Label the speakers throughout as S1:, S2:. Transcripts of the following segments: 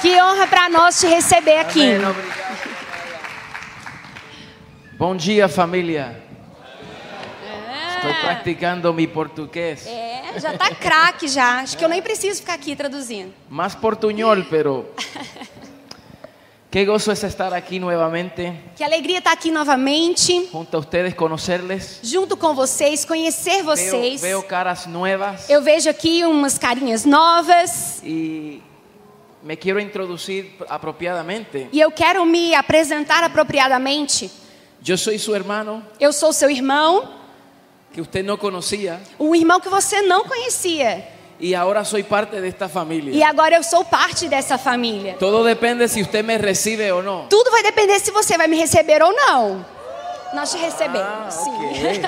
S1: Que honra para nós te receber aqui.
S2: Amém, obrigado. Bom dia, família. Estou praticando mi português.
S1: É, já tá craque já. Acho que eu nem preciso ficar aqui traduzindo.
S2: Más portuñol, pero. Qué gozo es estar aquí nuevamente,
S1: Que alegria estar aqui novamente,
S2: junto a ustedes, conocerles.
S1: junto com vocês, conhecer
S2: Veo,
S1: vocês.
S2: veo caras nuevas
S1: Eu vejo aqui umas carinhas novas
S2: y me quiero introducir apropiadamente.
S1: e eu quero me apresentar apropriadamente.
S2: Yo soy su hermano,
S1: Eu sou seu irmão,
S2: que usted no conocía,
S1: um irmão que você não conhecia.
S2: y ahora soy parte de esta
S1: E
S2: familia.
S1: agora eu sou parte dessa família.
S2: Todo depende si usted me recibe o no.
S1: Tudo vai depender se você vai me receber ou não. Nós te recebemos,
S2: Ah,
S1: sim.
S2: ok.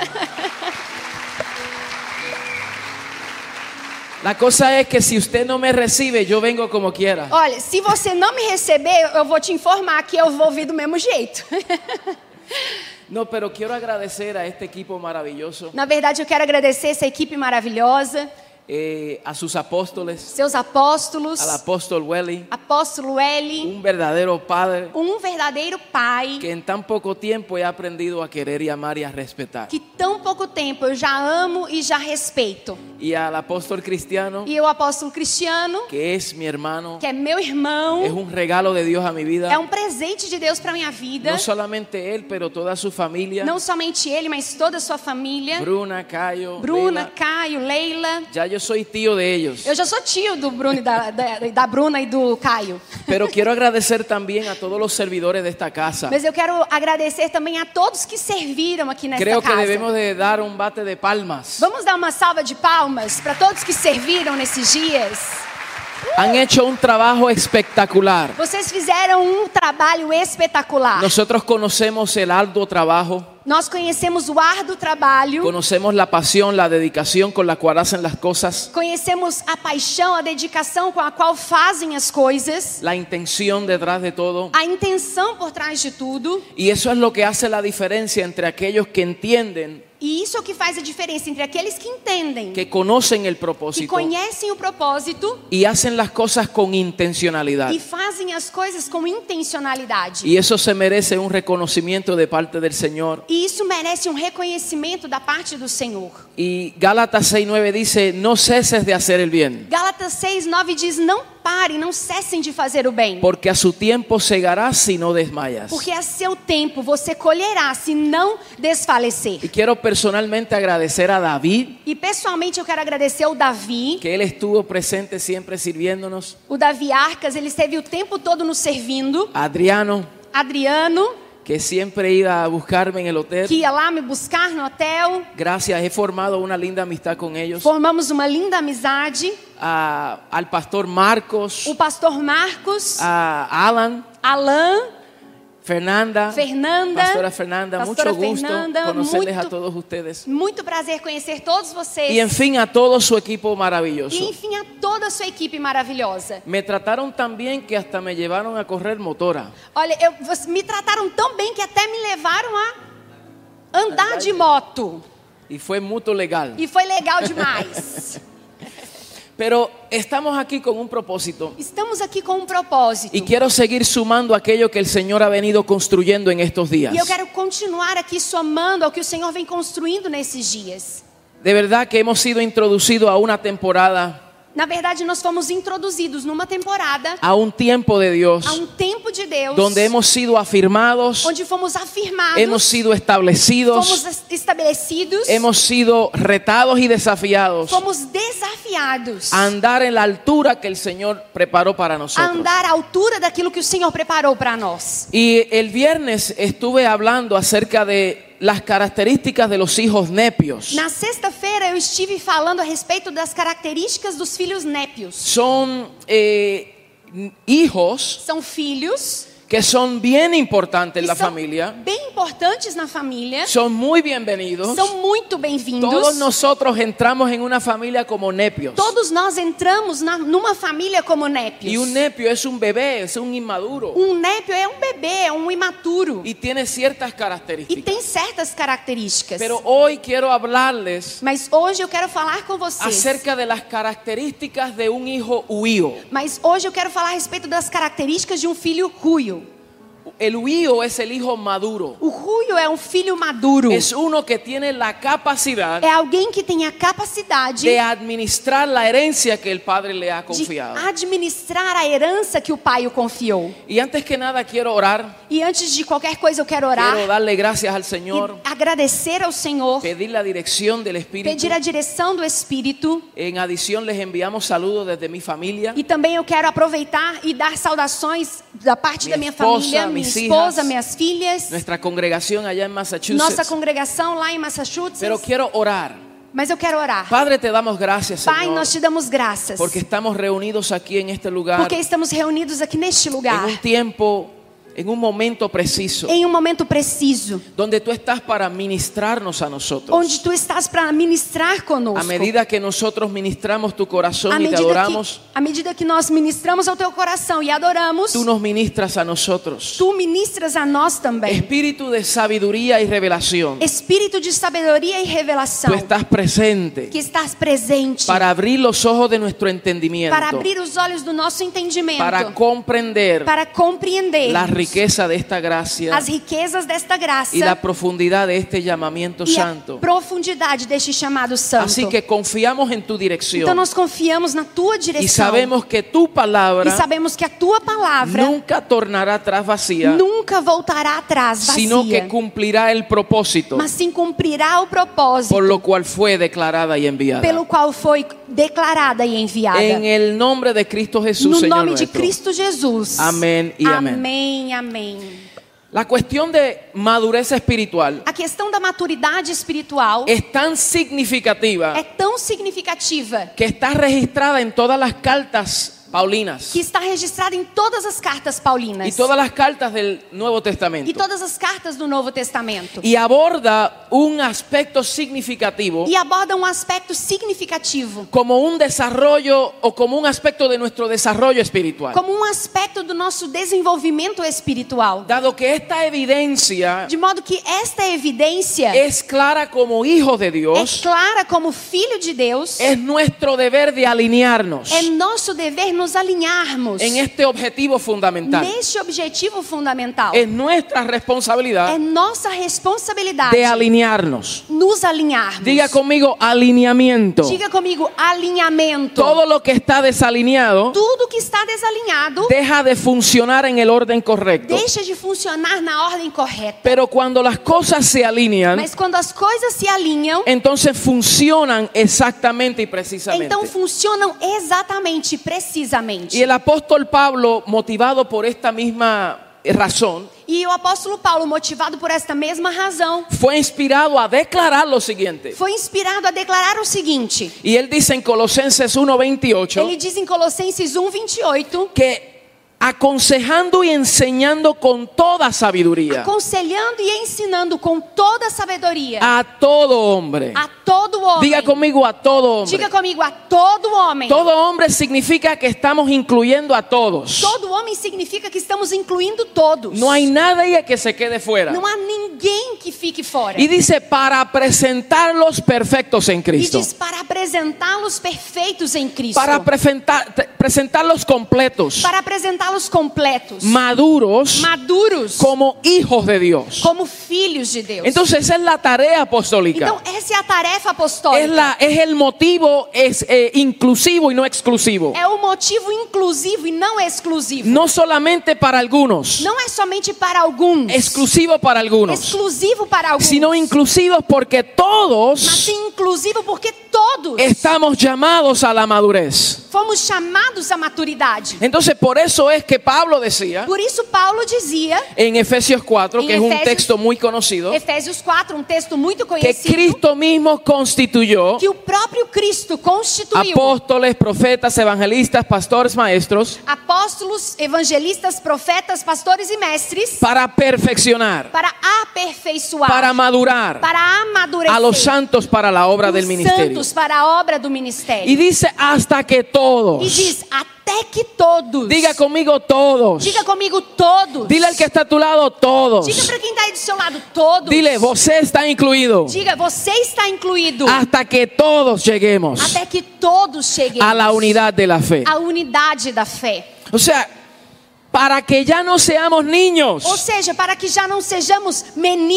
S2: La cosa es que si usted no me recibe, yo vengo como quiera.
S1: Olha, se você não me receber, eu vou te informar que eu vou vir do mesmo jeito.
S2: No, pero quiero agradecer a este equipo maravilloso,
S1: Na verdade, eu quero agradecer essa equipe maravilhosa,
S2: eh, a sus apóstoles,
S1: seus apóstolos,
S2: al apóstol Welly,
S1: apóstolo L,
S2: un verdadero padre
S1: um verdadeiro pai
S2: que en tan poco tiempo he aprendido a querer y amar y a respetar.
S1: que tão pouco tempo eu já amo e já respeito.
S2: Y al apóstol cristiano,
S1: E o apóstolo Cristiano,
S2: que es mi hermano,
S1: que é meu
S2: es
S1: irmão,
S2: un regalo de Dios a mi
S1: é
S2: vida.
S1: um presente de Deus para minha vida.
S2: No solamente él, pero toda su familia.
S1: Não somente ele, mas toda a sua família.
S2: Bruna, Cayo,
S1: Bruna,
S2: Leila.
S1: Caio, Leila.
S2: Ya yo soy tío de ellos.
S1: Eu já sou tio do Bruno e da, da, da Bruna e do Caio.
S2: Pero quiero agradecer también a todos los servidores de esta casa.
S1: Mas eu quero agradecer também a todos que serviram aqui nesta
S2: Creo que
S1: casa.
S2: debemos de dar un bate de palmas.
S1: Vamos dar uma salva de palmas para todos que serviram nesses dias.
S2: Han hecho un trabajo espectacular.
S1: Vocês fizeram um trabalho espetacular.
S2: Nosotros conocemos el arduo trabajo,
S1: Nós conhecemos o árduo trabalho,
S2: conocemos la pasión, la dedicação con la cual hacen las cosas,
S1: conhecemos a paixão, a dedicação com a qual fazem as coisas,
S2: la intención detrás de todo.
S1: a intenção por trás de tudo.
S2: Y eso es lo que hace la diferencia entre aquellos que entienden,
S1: E isso é o que faz a diferença entre aqueles que entendem,
S2: que conocen el
S1: que
S2: propósito
S1: conhecem o propósito
S2: y hacen las cosas con intencionalidad.
S1: e fazem as coisas com intencionalidade.
S2: Y eso se merece un reconocimiento de parte del Señor.
S1: E isso merece um reconhecimento da parte do Senhor.
S2: Y Gálatas 6:9 dice, no ceses de hacer el bien,
S1: Gálatas 6, 9 diz: Não parem, não cessem de fazer o bem,
S2: porque a su tiempo segarás si no desmayas.
S1: porque a seu tempo você colherá se não
S2: Y
S1: desfalecer.
S2: quiero personalmente agradecer a David,
S1: E pessoalmente eu quero agradecer ao Davi.
S2: que él estuvo presente siempre sirviéndonos,
S1: O Davi Arcas, ele esteve o tempo todo nos servindo.
S2: a Adriano,
S1: Adriano,
S2: que siempre iba a buscarme en el hotel.
S1: que ia lá me buscar no hotel.
S2: Gracias, he formado una linda amistad con ellos.
S1: Formamos uma linda amizade.
S2: A- al pastor Marcos,
S1: O pastor Marcos,
S2: a Alan,
S1: Alain,
S2: Fernanda,
S1: Fernanda,
S2: pastora Fernanda,
S1: pastora
S2: mucho gusto
S1: Fernanda,
S2: conocerles
S1: muito-
S2: a todos ustedes.
S1: Muito prazer conhecer todos vocês.
S2: Y en fin, a todo su equipo maravilloso.
S1: E, enfim, a toda a sua equipe maravilhosa.
S2: Me trataron tan bien que hasta me llevaron a correr motora.
S1: Olha, eu, vocês me trataram tão bem que até me levaram a andar de moto.
S2: Y fue mutuo legal.
S1: E foi legal demais.
S2: Pero estamos aquí con un propósito.
S1: Estamos aqui com um propósito.
S2: Y quiero seguir sumando aquello que el Señor ha venido construyendo en estos días.
S1: E eu quero continuar aqui somando ao que o Senhor vem construindo nesses dias.
S2: De verdad que hemos sido introducidos a una temporada,
S1: Na verdade, nós fomos introduzidos numa temporada,
S2: a un tiempo de
S1: a
S2: Dios,
S1: um tempo de Deus,
S2: donde hemos sido afirmados,
S1: onde fomos afirmados,
S2: hemos sido establecidos,
S1: fomos es- estabelecidos,
S2: hemos sido retados y desafiados
S1: fomos desafiados
S2: a andar en la altura que el Señor preparó para
S1: a
S2: nosotros.
S1: andar à altura daquilo que o Senhor preparou para nós.
S2: Y el viernes estuve hablando acerca de las características de los hijos nepios.
S1: Na sexta-feira eu estive falando a respeito das características dos filhos népios.
S2: Son eh, hijos
S1: São filhos
S2: que son bien importantes en
S1: que
S2: la
S1: são
S2: familia,
S1: bem importantes na família,
S2: son muy bienvenidos.
S1: são muito bem-vindos.
S2: Todos nosotros entramos en una familia como nepios.
S1: Todos nós entramos na- numa família como népios.
S2: Y un nepio es un bebé, es un inmaduro
S1: Um népio é um bebê, é um imaturo.
S2: y tiene ciertas
S1: E
S2: características.
S1: tem certas características.
S2: Pero hoy quiero hablarles
S1: Mas hoje eu quero falar com vocês.
S2: acerca de las características de un hijo huío.
S1: Mas hoje eu quero falar a respeito das características de um filho ruio.
S2: El huío es el hijo maduro.
S1: O ruio é um filho maduro.
S2: Es uno que tiene la capacidad
S1: É alguém que tem a capacidade
S2: de administrar la herencia que el padre le ha
S1: de
S2: confiado.
S1: administrar a herança que o pai o confiou.
S2: Y antes que nada quiero orar,
S1: E antes de qualquer coisa eu quero orar
S2: quiero darle gracias al
S1: e
S2: Señor,
S1: agradecer ao Senhor,
S2: pedir la dirección del Espíritu.
S1: pedir a direção do Espírito.
S2: En adición les enviamos saludos desde mi familia.
S1: E também eu quero aproveitar e dar saudações da parte
S2: Minha
S1: da minha
S2: esposa,
S1: família, minha
S2: mis
S1: esposa,
S2: hijas,
S1: minhas filhas,
S2: Nuestra congregación allá en
S1: nossa
S2: Massachusetts.
S1: congregação lá em Massachusetts.
S2: Pero quiero orar.
S1: Mas eu quero orar.
S2: Padre, te damos gracias,
S1: Pai,
S2: Señor,
S1: nós te damos graças.
S2: porque estamos reunidos aquí en este lugar
S1: Porque estamos reunidos aqui neste
S2: en
S1: lugar,
S2: un tiempo, en un momento preciso,
S1: em um momento preciso,
S2: donde tú estás para ministrarnos a nosotros.
S1: onde tu estás para ministrar conosco.
S2: A medida que nosotros ministramos tu
S1: À
S2: corazón y te
S1: medida que-
S2: adoramos,
S1: à medida que nós ministramos ao teu coração e adoramos,
S2: tú nos ministras a nosotros.
S1: tu ministras a nós também.
S2: Espíritu de sabiduría y revelación,
S1: Espírito de sabedoria e revelação,
S2: tú É. estás presente
S1: que estás presente
S2: para abrir los ojos de nuestro entendimiento,
S1: para abrir os olhos do nosso entendimento,
S2: para compreender
S1: para compreender
S2: la riqueza de esta gracia
S1: as riquezas desta graça
S2: y la profundidad de este llamamiento
S1: e
S2: santo.
S1: a profundidade deste chamado santo.
S2: Así que é confiamos en tu
S1: então
S2: dirección
S1: nós confiamos na tua
S2: y
S1: direção
S2: sabemos que tu
S1: e
S2: palabra
S1: sabemos que a tua palavra
S2: nunca tornará atrás vacía,
S1: nunca voltará atrás vazia,
S2: sino que é cumplirá el propósito
S1: mas sim cumprirá o propósito
S2: por lo cual fue declarada y enviada.
S1: pelo qual foi declarada e enviada.
S2: En el nombre de Cristo Jesús,
S1: no
S2: Señor
S1: nome de
S2: nuestro.
S1: Cristo Jesus.
S2: Amém e amém.
S1: Amém, amém.
S2: La cuestión de madurez espiritual
S1: A questão da maturidade espiritual
S2: es tan significativa
S1: é tão significativa
S2: que está registrada en todas las cartas paulinas
S1: que está registrada em todas as cartas paulinas
S2: y todas las cartas del Nuevo
S1: e
S2: Testamento.
S1: todas as cartas do Novo Testamento
S2: Y aborda un aspecto significativo
S1: e aborda um aspecto significativo
S2: como un desarrollo o como un aspecto de nuestro desarrollo espiritual.
S1: como um aspecto do nosso desenvolvimento espiritual,
S2: Dado que esta evidencia
S1: de modo que esta evidência é
S2: es clara como hijos de Dios,
S1: clara como filho de Deus.
S2: es nuestro deber de alinearnos
S1: É nosso dever nos alinharmos
S2: en este objetivo fundamental.
S1: neste objetivo fundamental.
S2: Es nuestra
S1: É
S2: responsabilidad
S1: nossa responsabilidade
S2: de alinearnos.
S1: nos alinharmos.
S2: Diga conmigo alineamiento.
S1: Diga comigo, alinhamento.
S2: Todo lo que está desalineado
S1: Tudo que está desalinhado
S2: deja de funcionar en el orden correcto.
S1: deixa de funcionar na ordem correta.
S2: Pero cuando las cosas se alinean,
S1: Mas quando as coisas se alinham,
S2: entonces funcionan exactamente y precisamente.
S1: então funcionam exatamente,
S2: Y
S1: precisamente.
S2: el apóstol Pablo, motivado por esta misma razón,
S1: E o apóstolo Paulo, motivado por esta mesma razão,
S2: fue inspirado a declarar lo siguiente.
S1: foi inspirado a declarar o seguinte.
S2: Y él dice en Colosenses
S1: Ele
S2: 1:28
S1: diz em Colossenses 1, 28,
S2: que aconsejando y enseñando con toda sabiduría
S1: aconselhando e ensinando com toda a sabedoria
S2: a todo hombre.
S1: a todo homem.
S2: Diga conmigo a todo hombre.
S1: Diga comigo, a todo homem.
S2: Todo hombre significa que estamos incluyendo a todos.
S1: Todo homem significa que estamos incluindo todos.
S2: No hay nadie que se quede fuera.
S1: Não há ninguém que fique fora.
S2: Y dice para presentarlos perfectos en
S1: E
S2: Cristo.
S1: diz para apresentá-los perfeitos em Cristo.
S2: para presentar, te- presentarlos completos,
S1: Para apresentá-los completos,
S2: maduros,
S1: maduros,
S2: como hijos de Dios.
S1: como filhos de Deus.
S2: Entonces esa es la tarea apostólica.
S1: Então, essa é a tarefa apostólica.
S2: Es, la, es el motivo es, eh, inclusivo y no exclusivo.
S1: É o motivo inclusivo e não exclusivo.
S2: No solamente para algunos,
S1: Não é somente para alguns.
S2: exclusivo para algunos,
S1: exclusivo para alguns.
S2: sino inclusivos porque
S1: mas
S2: todos
S1: sim inclusivo porque todos
S2: estamos llamados a la madurez.
S1: fomos chamados à maturidade.
S2: Entonces, por eso es que Pablo decía
S1: Por isso Paulo dizia,
S2: en Efesios 4,
S1: En
S2: que es un
S1: Efesios-
S2: texto muy conocido,
S1: Efésios 4, um texto muito
S2: que
S1: conhecido,
S2: Cristo mismo constituyó
S1: que o próprio Cristo constituiu
S2: apóstoles, profetas, evangelistas, pastores, maestros,
S1: apóstolos, evangelistas, profetas, pastores e mestres
S2: para perfeccionar,
S1: para aperfeiçoar,
S2: para madurar
S1: para amadurecer
S2: a los santos para la obra
S1: os
S2: del ministerio.
S1: santos para a obra do ministério.
S2: Y dice hasta que
S1: E
S2: todos.
S1: diz, até que todos.
S2: Diga conmigo todos.
S1: Diga comigo todos.
S2: Dile al que está a tu lado
S1: Diga
S2: todos.
S1: para quem está aí do seu lado, todos.
S2: Dile, você está incluido.
S1: Diga, você está incluído.
S2: Hasta que todos lleguemos
S1: Até que todos cheguem
S2: a la unidad de la fe.
S1: à unidade da fé.
S2: O sea, para que ya no seamos
S1: Ou
S2: niños.
S1: seja, para que já não sejamos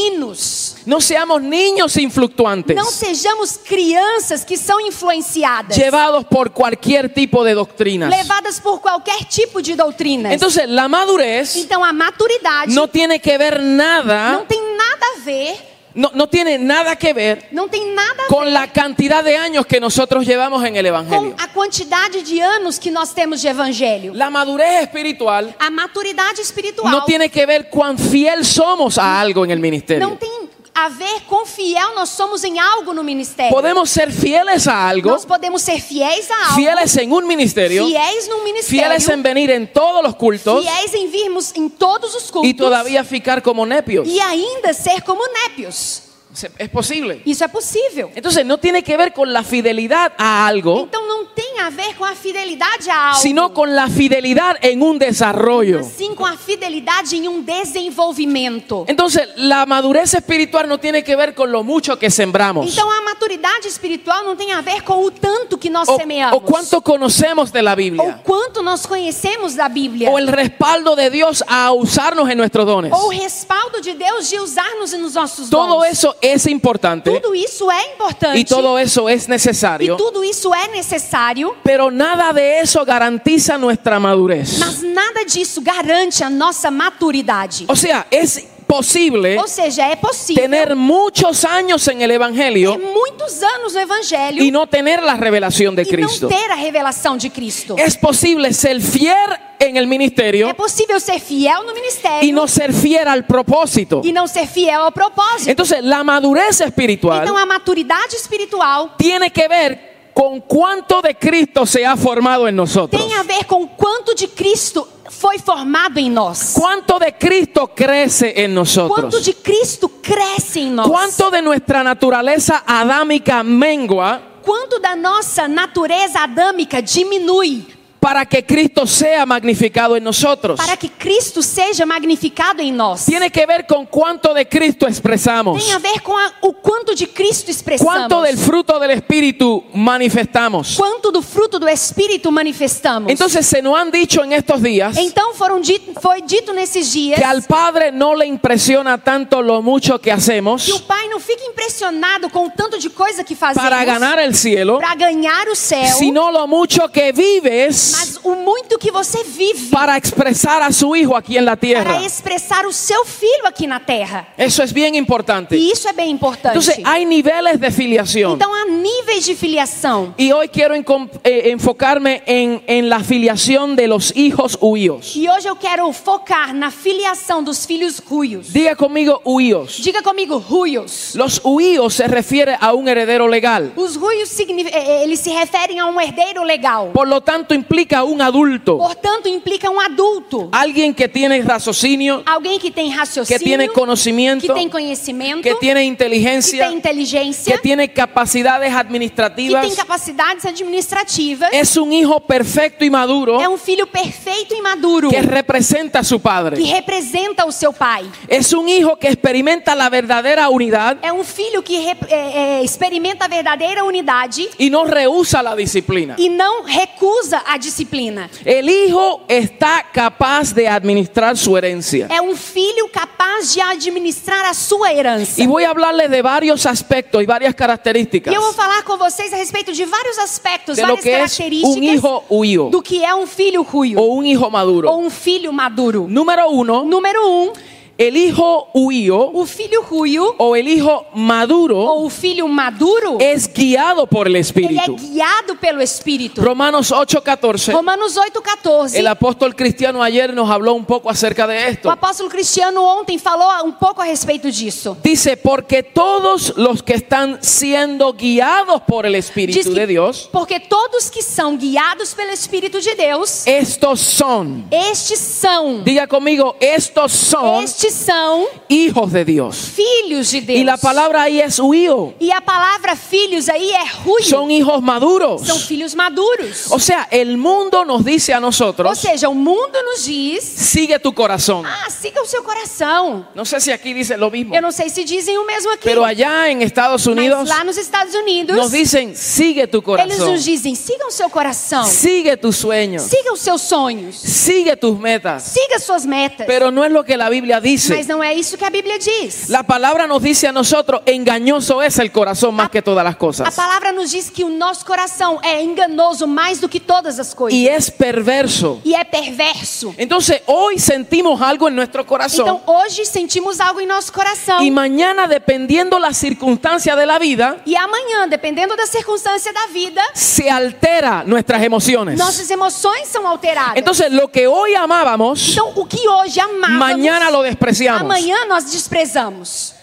S1: meninos,
S2: No seamos niños
S1: não
S2: influctuantes.
S1: sejamos crianças que são influenciadas,
S2: Llevados por cualquier tipo de doctrinas.
S1: levadas por qualquer tipo de doutrina.
S2: Entonces, la madurez
S1: Então a maturidade
S2: no tiene que ver
S1: não
S2: nada,
S1: tem nada a ver,
S2: no, no tiene nada que ver
S1: não tem nada a ver
S2: con la cantidad de años que nosotros llevamos en el Evangelio.
S1: com a quantidade de anos que nós temos de evangelho.
S2: La madurez espiritual
S1: A maturidade espiritual
S2: no tiene que ver cuán fiel somos a algo en el
S1: não
S2: ministerio.
S1: tem a ver com fiel nós somos em algo no ministério.
S2: Podemos ser fieles a algo,
S1: Nós podemos ser fiéis a algo,
S2: fieles en un ministerio,
S1: fiéis no ministério,
S2: fieles en venir en todos los cultos
S1: fiéis em virmos em todos os cultos
S2: y todavía ficar como nepios.
S1: e ainda ser como népios.
S2: Se- Es posible.
S1: Isso é possível.
S2: Entonces no tiene que ver con la fidelidad a algo,
S1: Então não tem a ver com a fidelidade a algo,
S2: sino con la fidelidad en un desarrollo.
S1: mas sim com a fidelidade em um desenvolvimento.
S2: Entonces la madurez espiritual no tiene que ver con lo mucho que sembramos
S1: Então a maturidade espiritual não tem a ver com o tanto que nós
S2: o,
S1: semeamos
S2: o cuánto conocemos de la Biblia.
S1: ou quanto nós conhecemos da Bíblia.
S2: o el respaldo de Dios a usarnos en nuestros dones.
S1: ou o respaldo de Deus de usar-nos nos nossos
S2: é. Todo
S1: dons.
S2: eso es importante
S1: tudo isso é importante
S2: y todo eso es
S1: e
S2: necesario,
S1: tudo isso é necessário,
S2: pero nada de eso garantiza nuestra madurez.
S1: mas nada disso garante a nossa maturidade.
S2: O sea, es posible
S1: Ou seja, é possível
S2: tener muchos años en el
S1: ter
S2: Evangelio
S1: muitos anos no Evangelho
S2: y no tener la revelación de
S1: e não
S2: Cristo. É
S1: ter a revelação de Cristo.
S2: Es posible ser fiel en el
S1: É
S2: ministerio
S1: possível ser fiel no ministério
S2: y no ser fiel al propósito.
S1: e não ser fiel ao propósito.
S2: Entonces, la madurez espiritual
S1: Então a maturidade espiritual
S2: tiene que ver con cuánto de Cristo se ha formado en nosotros.
S1: tem a ver com o quanto de Cristo foi formado em nós.
S2: Cuánto de Cristo crece en
S1: Quanto
S2: nosotros.
S1: de Cristo cresce em nós.
S2: Cuánto de nuestra naturaleza adámica mengua
S1: Quanto da nossa natureza adâmica diminui
S2: para que Cristo sea magnificado en nosotros.
S1: para que Cristo seja magnificado em nós?
S2: Tiene que ver con cuánto de Cristo expresamos.
S1: Tem a ver com a- o quanto de Cristo expressamos.
S2: Cuánto del fruto del Espíritu manifestamos.
S1: Quanto do fruto do Espírito manifestamos.
S2: Entonces se nos han dicho en estos días
S1: Então foram di- foi dito nesses dias
S2: que al Padre no le impresiona tanto lo mucho
S1: que
S2: que
S1: o
S2: hacemos
S1: Pai não fica impressionado com o tanto de coisa que fazemos
S2: para ganar el cielo,
S1: pra ganhar o céu,
S2: sino lo mucho que vives
S1: mas o muito que você vive
S2: para expresar a su Hijo aquí en la tierra.
S1: para expressar o seu filho aqui na terra.
S2: Eso es bien importante.
S1: E isso é bem importante.
S2: Entonces, hay niveles de filiación.
S1: Então há níveis de filiação.
S2: Y hoy quiero encom- eh, enfocarme en, en la filiación de los hijos huíos.
S1: E hoje eu quero focar na filiação dos filhos ruios.
S2: Diga conmigo huíos.
S1: Diga comigo, ruios.
S2: Los huíos se refiere a un heredero legal.
S1: Os ruios signi- eh, eh, eles se referem a um herdeiro legal.
S2: Por lo tanto, implica un adulto.
S1: Portanto, implica um adulto,
S2: Alguien que tiene raciocinio,
S1: alguém que tem
S2: que
S1: raciocínio,
S2: tiene
S1: que
S2: conocimiento,
S1: tem conhecimento,
S2: que tiene
S1: que tem
S2: inteligencia, que
S1: inteligência,
S2: tiene capacidades
S1: que tem
S2: administrativas.
S1: capacidades administrativas.
S2: Es un hijo perfecto y maduro
S1: É um filho perfeito e maduro
S2: que representa a su padre.
S1: que representa o seu pai.
S2: Es un hijo que experimenta la verdadera unidad
S1: É um filho que rep- eh, eh, experimenta a verdadeira unidade
S2: y no rehúsa la disciplina.
S1: e não recusa a disciplina.
S2: El hijo está capaz de administrar su herencia.
S1: É um filho capaz de administrar a sua herança.
S2: Y voy a hablarles de varios aspectos y varias
S1: E
S2: características
S1: eu vou falar com vocês a respeito de vários aspectos,
S2: de lo
S1: várias
S2: que es un
S1: características
S2: hijo huido
S1: do que é um filho
S2: o
S1: ruio
S2: un hijo maduro.
S1: ou um filho maduro.
S2: Número uno,
S1: Número um,
S2: El hijo huío
S1: O filho ruio
S2: o el hijo maduro
S1: ou o filho maduro,
S2: es guiado por el
S1: ele é
S2: Espíritu.
S1: guiado pelo Espírito.
S2: Romanos 8:14.
S1: Romanos
S2: El
S1: 8,14.
S2: apóstol cristiano ayer nos habló un poco acerca de
S1: O
S2: esto.
S1: apóstolo Cristiano ontem falou um pouco a respeito disso.
S2: Dice, porque todos los que están siendo guiados por el
S1: Diz
S2: Espíritu de
S1: que,
S2: Dios,
S1: porque todos que são guiados pelo Espírito de Deus,
S2: estos son,
S1: estes são,
S2: diga conmigo, estos son
S1: estes são
S2: hijos de Dios.
S1: filhos de Deus.
S2: Y la palabra ahí es huío.
S1: E a palavra filhos aí é ruim.
S2: Son hijos
S1: São
S2: maduros.
S1: filhos maduros.
S2: O sea, el mundo nos dice a
S1: Ou
S2: nosotros,
S1: seja, o mundo nos diz:
S2: sigue tu corazón.
S1: ah, siga o seu coração.
S2: No sé si aquí dice lo mismo,
S1: Eu não sei se dizem o mesmo aqui.
S2: pero allá en Estados
S1: mas
S2: Unidos
S1: lá nos Estados Unidos,
S2: nos dicen, sigue tu
S1: eles
S2: corazón,
S1: nos dizem: siga o seu coração,
S2: sigue tus sueños,
S1: siga os seus sonhos,
S2: sigue tus metas.
S1: siga suas metas.
S2: Pero no es lo que la Biblia
S1: Mas
S2: dice.
S1: não é isso que a Bíblia diz.
S2: La palabra nos dice a nosotros, engañoso es el corazón más que todas las
S1: A
S2: cosas.
S1: palavra nos diz que o nosso coração é enganoso mais do que todas as coisas.
S2: Y es perverso.
S1: E é perverso.
S2: Entonces hoy sentimos algo en nuestro corazón
S1: Então hoje sentimos algo em nosso coração.
S2: y mañana dependiendo la circunstancia de la vida,
S1: E amanhã, dependendo da circunstância da vida,
S2: se altera nuestras emociones.
S1: nossas emoções são alteradas.
S2: Entonces lo que hoy amábamos,
S1: Então, o que hoje amávamos,
S2: mañana lo despreciamos.
S1: amanhã nós desprezamos.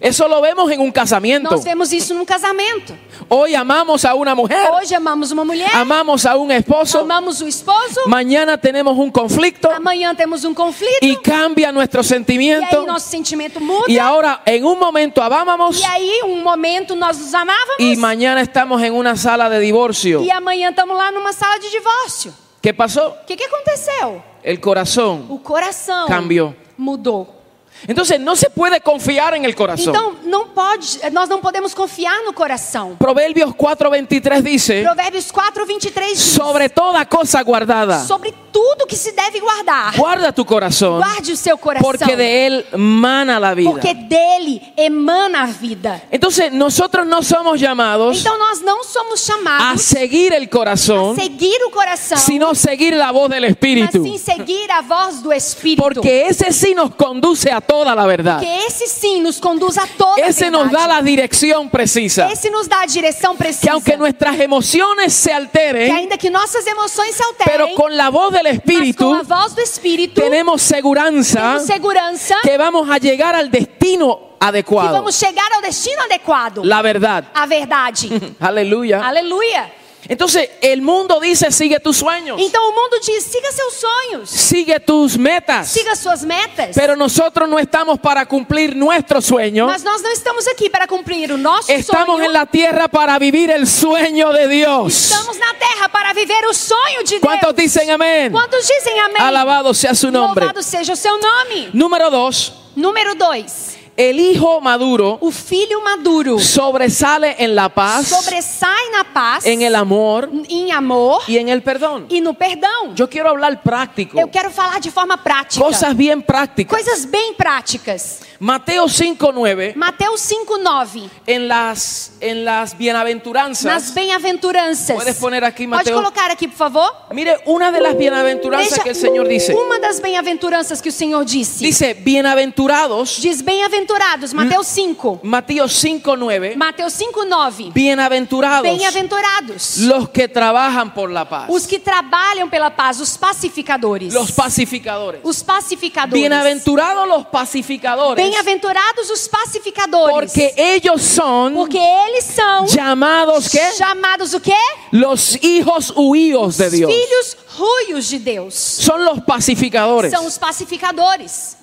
S2: Eso lo vemos en un casamiento.
S1: Nós vemos isso num casamento.
S2: Hoy amamos a una mujer,
S1: Hoje amamos uma mulher,
S2: amamos a un esposo,
S1: amamos o esposo,
S2: mañana tenemos un conflicto
S1: amanhã temos um conflito,
S2: y cambia nuestro
S1: e aí
S2: sentimiento.
S1: nosso sentimento muda,
S2: Y ahora en un momento amábamos
S1: e aí um momento nós nos amávamos,
S2: y mañana estamos en una sala de divorcio.
S1: e amanhã estamos lá numa sala de divórcio.
S2: ¿Qué pasó?
S1: O que, que aconteceu?
S2: El corazón.
S1: O coração
S2: Cambiou.
S1: mudou.
S2: Entonces no se puede confiar en el corazón.
S1: Então, não pode, nós não podemos confiar no coração.
S2: Proverbios 4:23 dice,
S1: Provérbios 4, 23 diz:
S2: É. sobre toda cosa guardada,
S1: Sobre tudo que se deve guardar,
S2: guarda tu corazón,
S1: guarde o seu coração,
S2: porque de él mana la vida.
S1: porque dele emana a vida.
S2: Entonces nosotros no somos llamados
S1: Então, nós não somos
S2: a
S1: chamados
S2: seguir el
S1: a
S2: corazón,
S1: seguir o coração,
S2: sino seguir la voz del
S1: mas sim
S2: Espíritu,
S1: seguir a voz do Espírito.
S2: porque ese sí nos conduce a toda la verdad.
S1: Porque esse sim nos conduz a toda a
S2: Ese nos da
S1: verdade.
S2: la dirección precisa,
S1: Esse nos dá a direção
S2: que
S1: precisa.
S2: aunque é nuestras emociones se
S1: Que
S2: alteren,
S1: ainda que nossas emoções se
S2: pero
S1: alterem,
S2: con la voz del
S1: mas com
S2: Espíritu
S1: a voz do Espírito,
S2: tenemos seguridad
S1: temos segurança
S2: que vamos a llegar al destino
S1: que
S2: adecuado,
S1: vamos chegar ao destino adecuado.
S2: la verdad.
S1: A verdade.
S2: Aleluya.
S1: Aleluia.
S2: Entonces el mundo dice, sigue tus sueños,
S1: Então o mundo diz: siga seus sonhos,
S2: sigue tus metas.
S1: siga suas metas.
S2: Pero nosotros no estamos para cumplir nuestro sueño.
S1: Mas nós não estamos aqui para cumprir o nosso
S2: Estamos
S1: sonho.
S2: en la tierra para vivir el sueño de Dios.
S1: Estamos na terra para viver o sonho de
S2: ¿Cuántos
S1: Deus.
S2: dicen amén?
S1: Quantos dizem amém?
S2: Alabado sea su nombre.
S1: Louvado seja o seu nome.
S2: Número dos,
S1: Número 2.
S2: el hijo maduro
S1: O filho maduro
S2: sobresale en la paz,
S1: sobressai na paz,
S2: en el amor
S1: em amor
S2: y en el perdón.
S1: e no perdão.
S2: Yo quiero hablar práctico,
S1: Eu quero falar de forma prática.
S2: cosas bien prácticas.
S1: Coisas bem práticas.
S2: Mateo 5:9
S1: Mateus 5:9.
S2: en las en las
S1: Nas
S2: bienaventuranzas.
S1: bem-aventuranças.
S2: Puedes poner aqui,
S1: Pode
S2: Mateus.
S1: colocar aqui, por favor.
S2: Mire, una de las bienaventuranzas
S1: Veja
S2: que el Señor dice.
S1: Uma das bem-aventuranças que o Senhor disse.
S2: Dice, bienaventurados,
S1: Diz bem-aventurados, Mateus 5.
S2: Mateo 5:9,
S1: Mateus 5:9.
S2: bienaventurados
S1: Bem-aventurados
S2: los que trabajan por la paz,
S1: os que trabalham pela paz, os pacificadores.
S2: los pacificadores.
S1: Os pacificadores.
S2: Bienaventurados los pacificadores,
S1: Bem-aventurados os pacificadores.
S2: porque ellos son
S1: Porque eles são
S2: llamados ¿qué?
S1: chamados o quê?
S2: los hijos huidos de Dios.
S1: Filhos ruios de Deus.
S2: Son los pacificadores,
S1: São os pacificadores.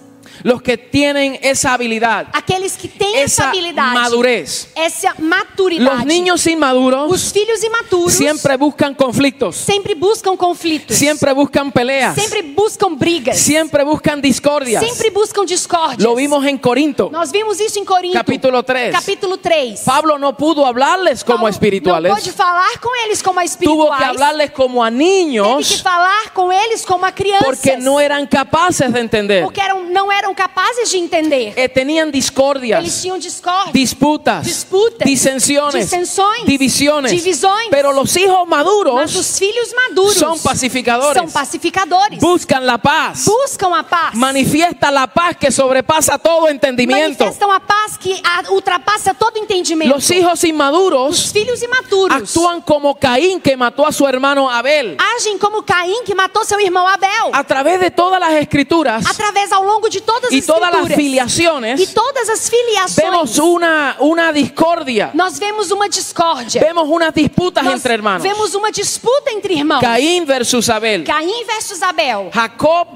S2: los que tienen essa habilidad,
S1: Aqueles que têm essa
S2: esa
S1: habilidade.
S2: madurez.
S1: Essa maturidade.
S2: Los niños
S1: Os
S2: inmaduros
S1: filhos imaturos
S2: siempre buscan conflictos,
S1: sempre buscam conflitos.
S2: siempre buscan peleas,
S1: Sempre buscam brigas.
S2: siempre buscan discordias.
S1: Sempre buscam discórdias.
S2: Lo vimos en Corinto,
S1: Nós vimos isso em Corinto.
S2: capítulo 3.
S1: Capítulo 3.
S2: Pablo no pudo hablarles como
S1: Paulo Não pôde
S2: espirituales,
S1: falar com eles como a espirituais.
S2: tuvo que hablarles como a
S1: Teve que
S2: niños
S1: falar com eles como a crianças.
S2: é porque no eran capaces de entender.
S1: porque eram, não eram eram capazes de entender.
S2: Eh, tenían
S1: Eles
S2: discordias,
S1: tinham discórdia,
S2: disputas,
S1: Disputas,
S2: disensiones,
S1: dissensões,
S2: divisiones,
S1: divisões.
S2: Pero los hijos
S1: mas
S2: maduros
S1: os filhos maduros
S2: son pacificadores.
S1: são pacificadores.
S2: buscan la paz,
S1: buscam a paz.
S2: manifiesta la paz que sobrepasa todo entendimiento.
S1: Manifestam a paz que a- ultrapassa todo entendimento.
S2: Los hijos
S1: Os
S2: inmaduros
S1: filhos imaturos
S2: actúan como Caín que mató a su hermano Abel.
S1: agem como Caim que matou seu irmão Abel.
S2: A través de todas las escrituras
S1: Através ao longo de todas
S2: y
S1: as
S2: todas las
S1: escrituras e
S2: filiaciones,
S1: todas as
S2: vemos um-
S1: filiações,
S2: una, una discordia,
S1: nós vemos uma discórdia.
S2: vemos unas disputas
S1: Nós
S2: entre hermanos.
S1: vemos uma disputa entre irmãos.
S2: Caín versus Abel.
S1: Caim versus Abel.
S2: Jacob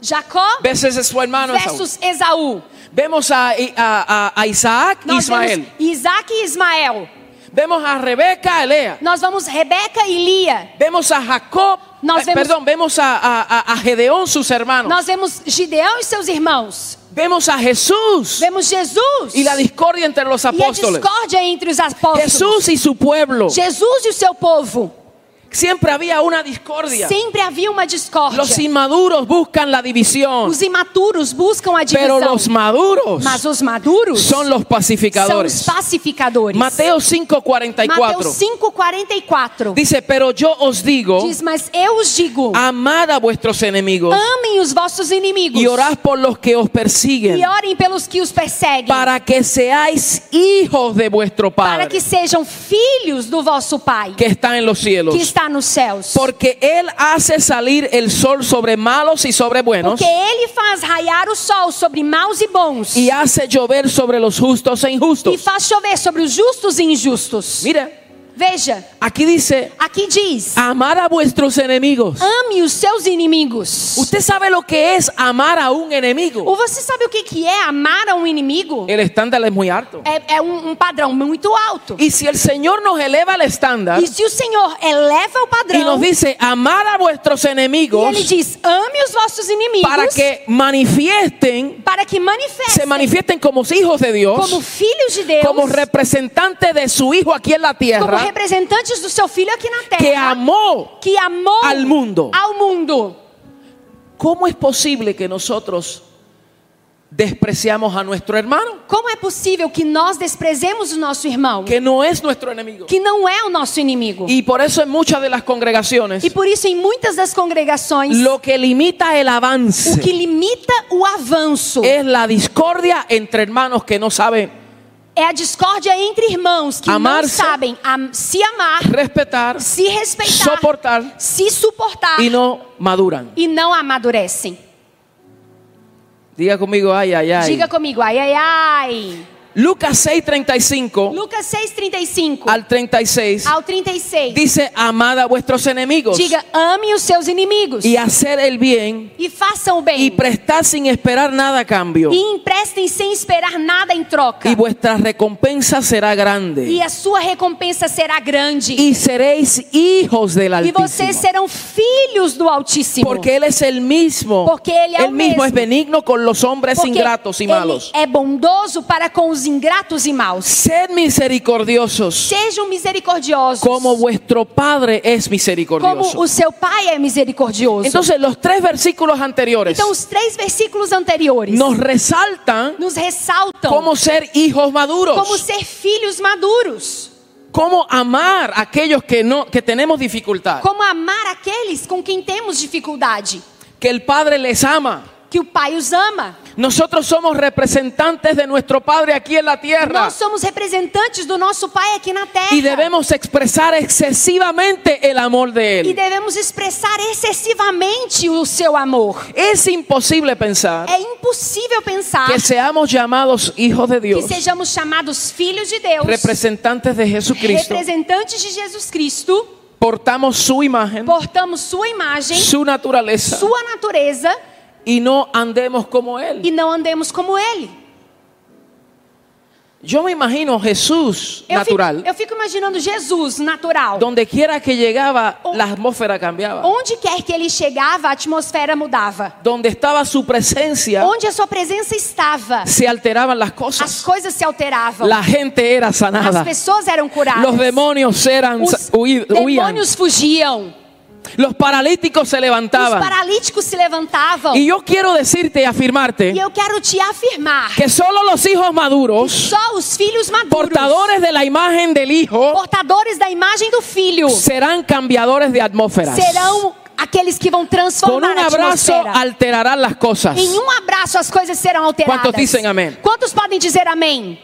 S1: Jacó
S2: versus su hermano Esaú.
S1: versus Esaú.
S2: Vemos a, a- a- a Isaac y
S1: Nós
S2: Ismael.
S1: vemos Isaac e Ismael.
S2: Vemos a Rebeca, Elea.
S1: Nós vamos Rebeca e Lia.
S2: Vemos a Jacob,
S1: Nós
S2: eh,
S1: vemos-
S2: perdón, vemos a, a- a- a Gedeón, sus hermanos.
S1: Nós vemos Gideão e seus irmãos.
S2: Vemos a Jesús
S1: Vemos Jesus.
S2: y la discordia entre los
S1: E a
S2: apóstoles.
S1: discórdia entre os apóstolos.
S2: Jesús y su pueblo.
S1: Jesus e o seu povo.
S2: Siempre había una discordia.
S1: Sempre havia uma discórdia.
S2: Los inmaduros buscan la división,
S1: Os imaturos buscam a divisão.
S2: pero los maduros
S1: Mas os maduros
S2: son
S1: são
S2: los
S1: os
S2: pacificadores.
S1: pacificadores.
S2: Mateo
S1: Mateus
S2: 5:44
S1: 5:44
S2: dice, pero yo os digo,
S1: diz: "Mas eu os digo:
S2: amad a vuestros enemigos
S1: amem os vossos inimigos
S2: y orad por los que os persiguen,
S1: e orem pelos que os perseguem,
S2: para que seáis hijos de vuestro
S1: para que
S2: Padre
S1: sejam filhos do vosso Pai
S2: que está en los cielos.
S1: que está nos céus."
S2: Porque Él hace salir el sol sobre malos y sobre buenos
S1: Porque ele faz raiar o sol sobre maus e bons
S2: y hace llover sobre los justos e
S1: e
S2: injustos.
S1: faz chover sobre os justos e injustos.
S2: Mira,
S1: Veja,
S2: aquí dice,
S1: aqui diz:
S2: amar a vuestros enemigos.
S1: "Ame os seus inimigos."
S2: ¿Usted sabe lo que es amar a un enemigo?
S1: Ou você sabe o que que é amar a um inimigo?
S2: El estándar es muy alto.
S1: É, é um, um padrão muito alto.
S2: Y si el Señor nos eleva al estándar
S1: E se o Senhor eleva o
S2: y nos
S1: padrão
S2: dice amar a vuestros
S1: e ele
S2: enemigos
S1: diz: ame os vossos inimigos
S2: para que manifiesten,
S1: para que
S2: se
S1: manifestem
S2: manifiesten como hijos de
S1: como
S2: Dios,
S1: filhos de Deus,
S2: como representantes de su Hijo aquí en la
S1: como
S2: tierra,
S1: representantes do seu filho aqui na
S2: que
S1: terra,
S2: amó.
S1: que amou
S2: al mundo.
S1: ao mundo.
S2: ¿Cómo es posible que nosotros despreciamos a nuestro hermano,
S1: Como é possível que nós desprezemos o nosso irmão,
S2: que no es nuestro enemigo?
S1: que não é o nosso inimigo?
S2: Y por eso en muchas de las congregaciones
S1: E por isso, em muitas das congregações,
S2: Lo que limita el avance
S1: o que limita o avanço
S2: es la discordia entre hermanos que no saben
S1: é a discórdia entre irmãos que não
S2: Amar-se.
S1: sabem am- se amar,
S2: respetar,
S1: se respeitar,
S2: soportar
S1: se suportar
S2: y no maduran.
S1: e não amadurecem.
S2: Diga conmigo, ay, ay, ay.
S1: Diga comigo, ai, ai, ai.
S2: Lucas 6:35
S1: Lucas 6,35
S2: al 36
S1: ao 36.
S2: dice, amad a vuestros enemigos
S1: Diga, ame os seus inimigos
S2: y hacer el bien
S1: e façam o
S2: y
S1: bem
S2: prestar sin esperar nada a cambio
S1: e emprestem sem esperar nada em troca.
S2: y vuestra recompensa será
S1: E
S2: grande
S1: a sua recompensa será grande.
S2: y seréis hijos del
S1: E vocês
S2: Altísimo.
S1: serão filhos do Altísimo.
S2: Porque Él es el mismo.
S1: Porque Él es el
S2: mismo
S1: mismo.
S2: es benigno con los hombres
S1: Porque
S2: ingratos y
S1: ele
S2: malos.
S1: é bondoso para com os ingratos e maus.
S2: Sed misericordiosos
S1: Sejam misericordiosos.
S2: como vuestro Padre es
S1: como
S2: misericordioso.
S1: o seu pai é misericordioso.
S2: Entonces los tres versículos anteriores
S1: então, os três versículos anteriores
S2: nos resaltan
S1: nos ressaltam
S2: cómo ser hijos
S1: como
S2: maduros,
S1: ser filhos maduros,
S2: cómo amar a aquellos que, no, que tenemos dificultad,
S1: como amar aqueles com quem temos dificuldade,
S2: que el Padre les ama.
S1: que o Pai os ama.
S2: Nosotros somos representantes de nuestro Padre aquí en la tierra
S1: Nós somos representantes do nosso Pai aqui na Terra
S2: y debemos expresar excesivamente el amor de
S1: E
S2: Él.
S1: devemos expressar excessivamente o seu amor.
S2: Es imposible pensar
S1: É impossível pensar
S2: que seamos llamados hijos de
S1: que
S2: Dios,
S1: sejamos chamados filhos de Deus,
S2: representantes de Jesucristo,
S1: representantes de Jesus Cristo,
S2: portamos su imagen,
S1: portamos sua imagem,
S2: su naturaleza
S1: sua natureza
S2: y no andemos como
S1: e
S2: Él.
S1: não andemos como ele.
S2: Yo me imagino Jesús
S1: Eu fico,
S2: natural,
S1: eu fico imaginando Jesus natural.
S2: donde quiera que llegaba,
S1: O-
S2: la atmósfera cambiaba.
S1: Onde quer que ele chegava, a atmosfera mudava.
S2: Donde estaba su presencia,
S1: Onde a sua presença estava,
S2: se alteraban las
S1: as
S2: cosas.
S1: coisas se alteravam.
S2: La gente era
S1: As
S2: sanada.
S1: pessoas eram curadas.
S2: Los demonios eran
S1: Os
S2: huí- huían.
S1: demônios fugiam.
S2: Los paralíticos se
S1: Os
S2: levantaban.
S1: paralíticos se levantavam.
S2: Y yo quiero decirte y afirmarte
S1: E eu quero te afirmar
S2: que solo los hijos maduros,
S1: só os filhos maduros,
S2: portadores de la imagen del hijo,
S1: portadores da imagem do filho,
S2: serán cambiadores de atmósferas.
S1: serão aqueles que vão
S2: Con
S1: transformar
S2: un
S1: a
S2: abrazo
S1: atmosfera.
S2: alterarán las cosas.
S1: Em um abraço as coisas serão alteradas.
S2: Quantos dizem amém?
S1: Quantos podem dizer amém?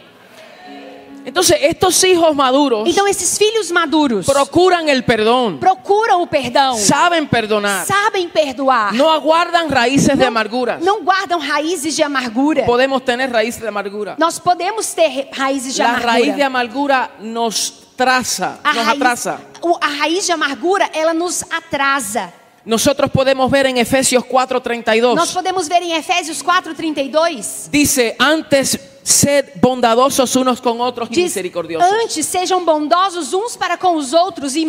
S2: Entonces, estos hijos maduros
S1: Então esses filhos maduros
S2: procuran el perdón,
S1: procuram o perdão,
S2: saben perdonar,
S1: sabem perdoar,
S2: no aguardan raíces de amargura.
S1: não guardam raízes de amargura.
S2: Podemos tener raíces de amargura.
S1: Nós podemos ter raízes de
S2: La raíz de
S1: amargura.
S2: amargura nos traza,
S1: A
S2: nos
S1: raiz,
S2: atrasa.
S1: o- a raiz de amargura, ela nos atrasa.
S2: Nosotros podemos ver en Efesios
S1: Nós
S2: 4:32.
S1: podemos ver em Efésios 4:32
S2: Dice, antes sed bondadosos unos con otros y
S1: diz:
S2: misericordiosos.
S1: "Antes sejam bondosos uns para com os outros e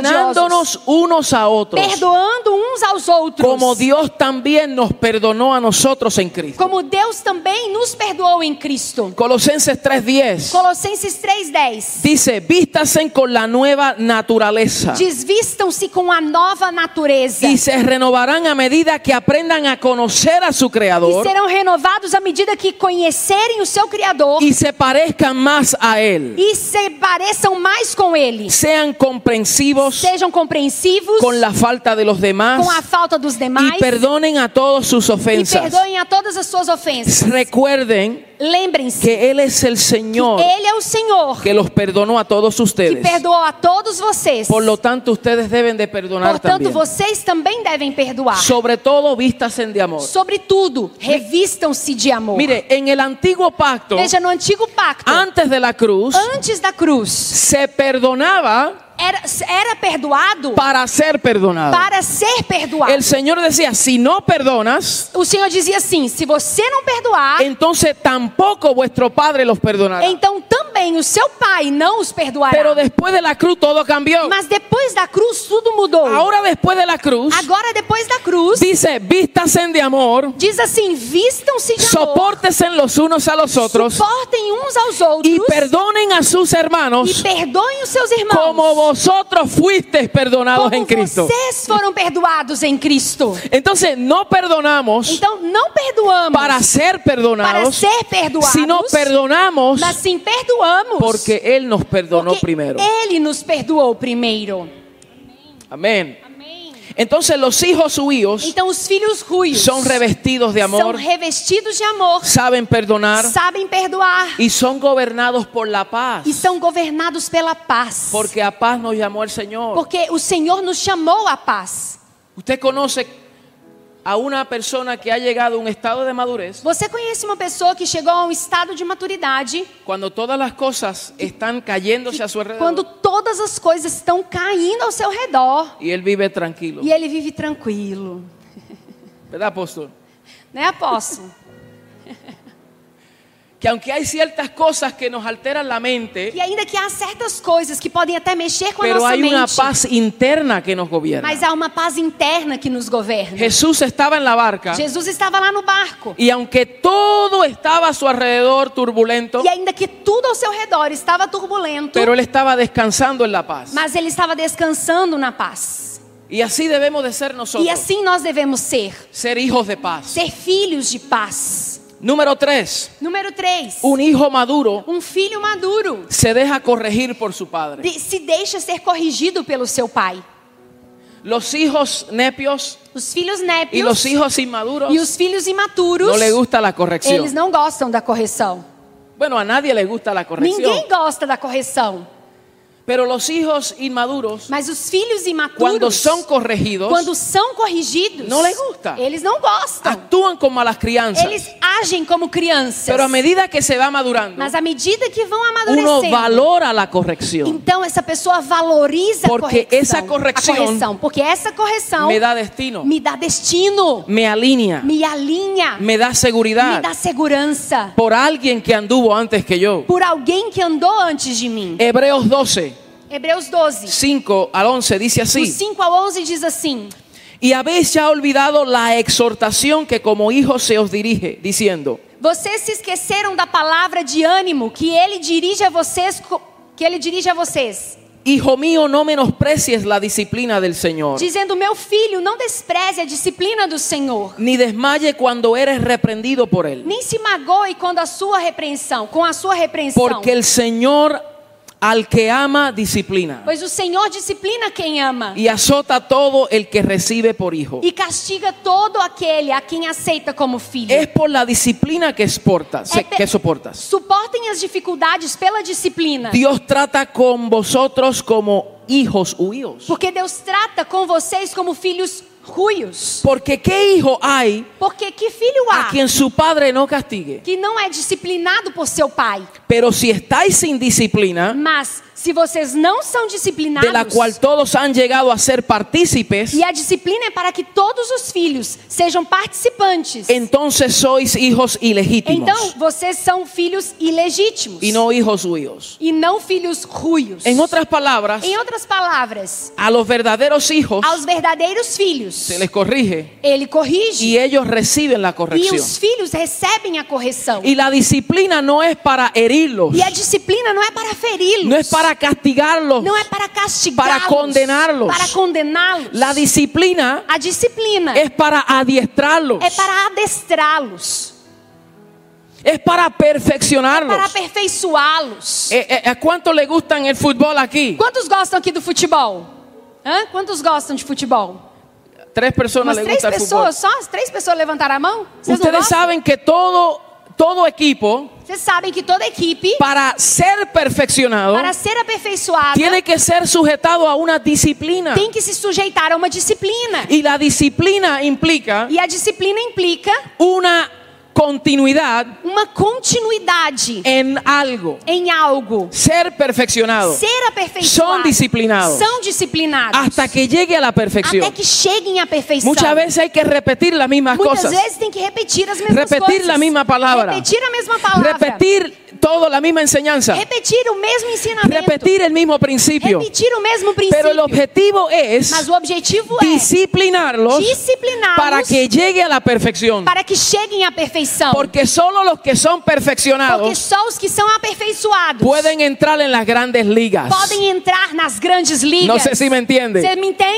S1: misericordiosos,
S2: Perdonándonos unos a otros.
S1: perdoando uns aos outros,
S2: Como Dios también nos perdonó a nosotros en Cristo.
S1: como Deus também nos perdoou em Cristo."
S2: Colosenses 3:10.
S1: Colossenses 3:10
S2: Dice, vístasen con la nueva naturaleza.
S1: diz: "Vistam-se com a nova natureza
S2: Y se renovarán a medida que aprendan a conocer a su
S1: e
S2: Creador.
S1: serão renovados à medida que conhecerem o seu Criador
S2: Y se parezcan más a Él.
S1: e se pareçam mais com Ele,
S2: sean comprensivos
S1: sejam compreensivos
S2: con la falta de los demás
S1: com a falta dos demais."
S2: y perdonen a todos sus
S1: e
S2: ofensas.
S1: perdoem a todas as suas ofensas.
S2: Recuerden
S1: Lembrem-se que
S2: que Él es el Señor
S1: Ele é o Senhor
S2: que los perdonó a todos
S1: que
S2: ustedes.
S1: perdoou a todos vocês.
S2: Por lo tanto, ustedes deben de perdonar
S1: Portanto,
S2: también.
S1: vocês também devem perdoar.
S2: Sobre todo, vístasen de amor.
S1: Sobretudo, revistam-se de amor.
S2: Mire, en el antiguo pacto,
S1: Veja, no antigo pacto,
S2: antes de la cruz,
S1: antes da cruz,
S2: se perdonaba
S1: era, era perdoado
S2: para ser perdonado.
S1: para ser perdoado.
S2: El Señor decía, si no perdonas,
S1: O Senhor dizia assim: se você não perdoar,
S2: entonces tampoco vuestro Padre los perdonará.
S1: então também o seu pai não os
S2: Pero
S1: perdoará.
S2: después de la cruz todo cambió.
S1: Mas depois da cruz, tudo mudou.
S2: Ahora después de la cruz
S1: Agora, depois da cruz,
S2: dice, vístasen de amor,
S1: Diz assim: vistam-se de amor,
S2: soportesen los unos a los otros
S1: suportem uns aos outros
S2: y perdonen a sus
S1: e
S2: hermanos
S1: perdoem os seus irmãos,
S2: como vosotros fuisteis perdonados
S1: como
S2: en Cristo.
S1: vocês foram perdoados em Cristo.
S2: Entonces no perdonamos
S1: Então não perdoamos
S2: para ser
S1: para
S2: perdonados,
S1: ser perdoados,
S2: sino perdonamos
S1: mas sim perdoamos
S2: porque Él nos perdonó
S1: porque
S2: primero.
S1: Ele nos perdoou primeiro.
S2: Amén. Entonces los hijos suyos
S1: Então os filhos ruios
S2: son revestidos de
S1: são
S2: amor,
S1: revestidos de amor,
S2: saben perdonar.
S1: sabem perdoar
S2: y son gobernados por la paz,
S1: e são governados pela paz,
S2: porque a paz nos llamó el Señor.
S1: porque o Senhor nos chamou à paz.
S2: Usted conoce a una persona que ha llegado a un estado de madurez
S1: Você conhece uma pessoa que chegou a um estado de maturidade
S2: cuando todas las cosas están cayéndose a su
S1: quando
S2: alrededor
S1: todas as coisas estão caindo ao seu redor
S2: y él vive tranquilo.
S1: e ele vive tranquilo,
S2: ¿Verdad, apóstol?
S1: né, apóstolo?
S2: Que aunque hay ciertas cosas que nos alteran la mente,
S1: E ainda que há certas coisas que podem até mexer com a
S2: pero
S1: nossa
S2: hay una
S1: mente,
S2: paz interna que nos gobierna.
S1: mas há uma paz interna que nos governa.
S2: Jesús estaba en la barca
S1: Jesus estava lá no barco
S2: y aunque todo estaba a su alrededor turbulento,
S1: e ainda que tudo ao seu redor estava turbulento,
S2: Então, pero él estaba descansando en la paz.
S1: mas ele estava descansando na paz.
S2: Y así debemos de ser nosotros.
S1: E assim nós devemos ser,
S2: Ser hijos de paz.
S1: ser filhos de paz.
S2: Número tres,
S1: Número 3.
S2: un hijo maduro
S1: Um filho maduro
S2: se deja corregir por su padre.
S1: de- se deixa ser corrigido pelo seu pai.
S2: Los hijos nepios
S1: Os filhos
S2: y
S1: népios
S2: los hijos inmaduros
S1: e os filhos imaturos,
S2: no le gusta la
S1: eles
S2: corrección.
S1: não gostam da correção.
S2: Bueno, a nadie le gusta la corrección.
S1: Ninguém gosta da correção.
S2: Pero los hijos inmaduros,
S1: Mas os filhos
S2: cuando
S1: imaturos,
S2: son corregidos,
S1: quando são corrigidos,
S2: Não lhe gusta.
S1: eles não gostam.
S2: actúan con malas crianzas.
S1: Eles agem como crianças.
S2: Pero a medida que se va madurando,
S1: Mas à medida que
S2: Um
S1: vão
S2: uno
S1: amadurecendo,
S2: valora la corrección.
S1: então essa pessoa valoriza
S2: Porque
S1: a correção.
S2: esa corrección
S1: a correção. Porque essa correção
S2: Me da destino,
S1: me dá destino,
S2: me alinea,
S1: me alinha,
S2: me da
S1: me
S2: seguridad
S1: dá segurança.
S2: por alguien que anduvo antes que yo.
S1: por alguém que andou antes de mim.
S2: Hebreos 12,
S1: Hebreus 12,
S2: 5 al 11 dice
S1: do
S2: así.
S1: 5 ao 11 diz assim:
S2: Y habéis ya olvidado la exhortación que como hijos se os dirige, diciendo,
S1: Vocês se esqueceram da palavra de ânimo que ele dirige a vocês, co- que ele dirige a vocês.
S2: Hijo mío, no menosprecies la disciplina del Señor,
S1: dizendo: Meu filho, não despreze a disciplina do Senhor,
S2: ni desmaye cuando eres reprendido por él,
S1: nem se magoe quando a sua repreensão, com a sua repreensão.
S2: porque el Señor al que ama disciplina
S1: Pois o Senhor disciplina quem ama
S2: y azota todo el que recibe por hijo.
S1: e castiga todo aquele a quem aceita como filho.
S2: Es por la disciplina que exportas,
S1: É pe-
S2: que soportas.
S1: Suportem as dificuldades pela disciplina,
S2: Dios trata con vosotros como hijos huidos.
S1: porque Deus trata com vocês como filhos ruios.
S2: Porque qué hijo hay
S1: Porque que filho
S2: a
S1: há
S2: quien su padre no castigue.
S1: que não é disciplinado por seu pai?
S2: Pero si estáis sin disciplina,
S1: Mas se vocês não são disciplinados,
S2: de la cual todos han llegado a ser partícipes,
S1: e a disciplina é para que todos os filhos sejam participantes,
S2: entonces sois hijos
S1: então
S2: ilegítimos
S1: vocês são filhos ilegítimos
S2: y no hijos huidos.
S1: e não filhos ruios.
S2: En otras palabras,
S1: Em outras palavras,
S2: a los verdaderos hijos
S1: aos verdadeiros filhos,
S2: se les corrige
S1: ele corrige
S2: y ellos reciben la
S1: e
S2: corrección.
S1: os filhos recebem a correção.
S2: Y la disciplina no es para herirlos,
S1: E a disciplina não é para feri-los,
S2: no es para castigarlos.
S1: não é para castigá-los,
S2: para condená-los.
S1: para condená-los.
S2: La É disciplina
S1: A disciplina
S2: es para adiestrarlos,
S1: é para adestrá-los,
S2: es
S1: para
S2: para perfeccionarlos.
S1: aperfeiçoá-los.
S2: Eh, eh, ¿A cuánto le gustan el fútbol aquí?
S1: Quantos gostam aqui do futebol? Hã? Quantos gostam de futebol?
S2: Tres
S1: Umas
S2: personas le
S1: três
S2: gusta el fútbol.
S1: pessoas só? As três pessoas levantaram a mão? Vocês não
S2: é Ustedes
S1: gostam?
S2: saben que todo, todo equipo,
S1: Vocês sabem que toda equipe,
S2: para ser perfeccionado,
S1: para ser aperfeiçoada,
S2: tiene que ser sujetado a una disciplina.
S1: tem que se sujeitar a uma disciplina.
S2: Y la disciplina implica
S1: E a disciplina implica
S2: una continuidad
S1: uma continuidade
S2: en algo.
S1: em algo.
S2: Ser perfeccionado
S1: Ser aperfeiçoado.
S2: São disciplinados.
S1: São disciplinados.
S2: hasta que llegue a la
S1: até
S2: perfección.
S1: que cheguem à perfeição.
S2: Muchas veces hay que repetir las mismas
S1: Muitas
S2: cosas.
S1: vezes tem que repetir as mesmas
S2: Repetir
S1: coisas.
S2: la misma palabra.
S1: Repetir a mesma palavra.
S2: Repetir todo la misma enseñanza.
S1: Repetir o mesmo ensinamento.
S2: Repetir el mismo principio.
S1: Repetir o mesmo princípio.
S2: Pero el objetivo es
S1: Mas eh. o objetivo é
S2: disciplinarlos
S1: discipliná-los
S2: para que llegue a la perfección.
S1: para que cheguem à perfeição.
S2: Porque solo los que son
S1: Porque
S2: perfeccionados
S1: só os que são aperfeiçoados
S2: pueden entrar en las grandes ligas.
S1: podem entrar nas grandes ligas.
S2: No sé si me
S1: Você
S2: entiende.
S1: me entende?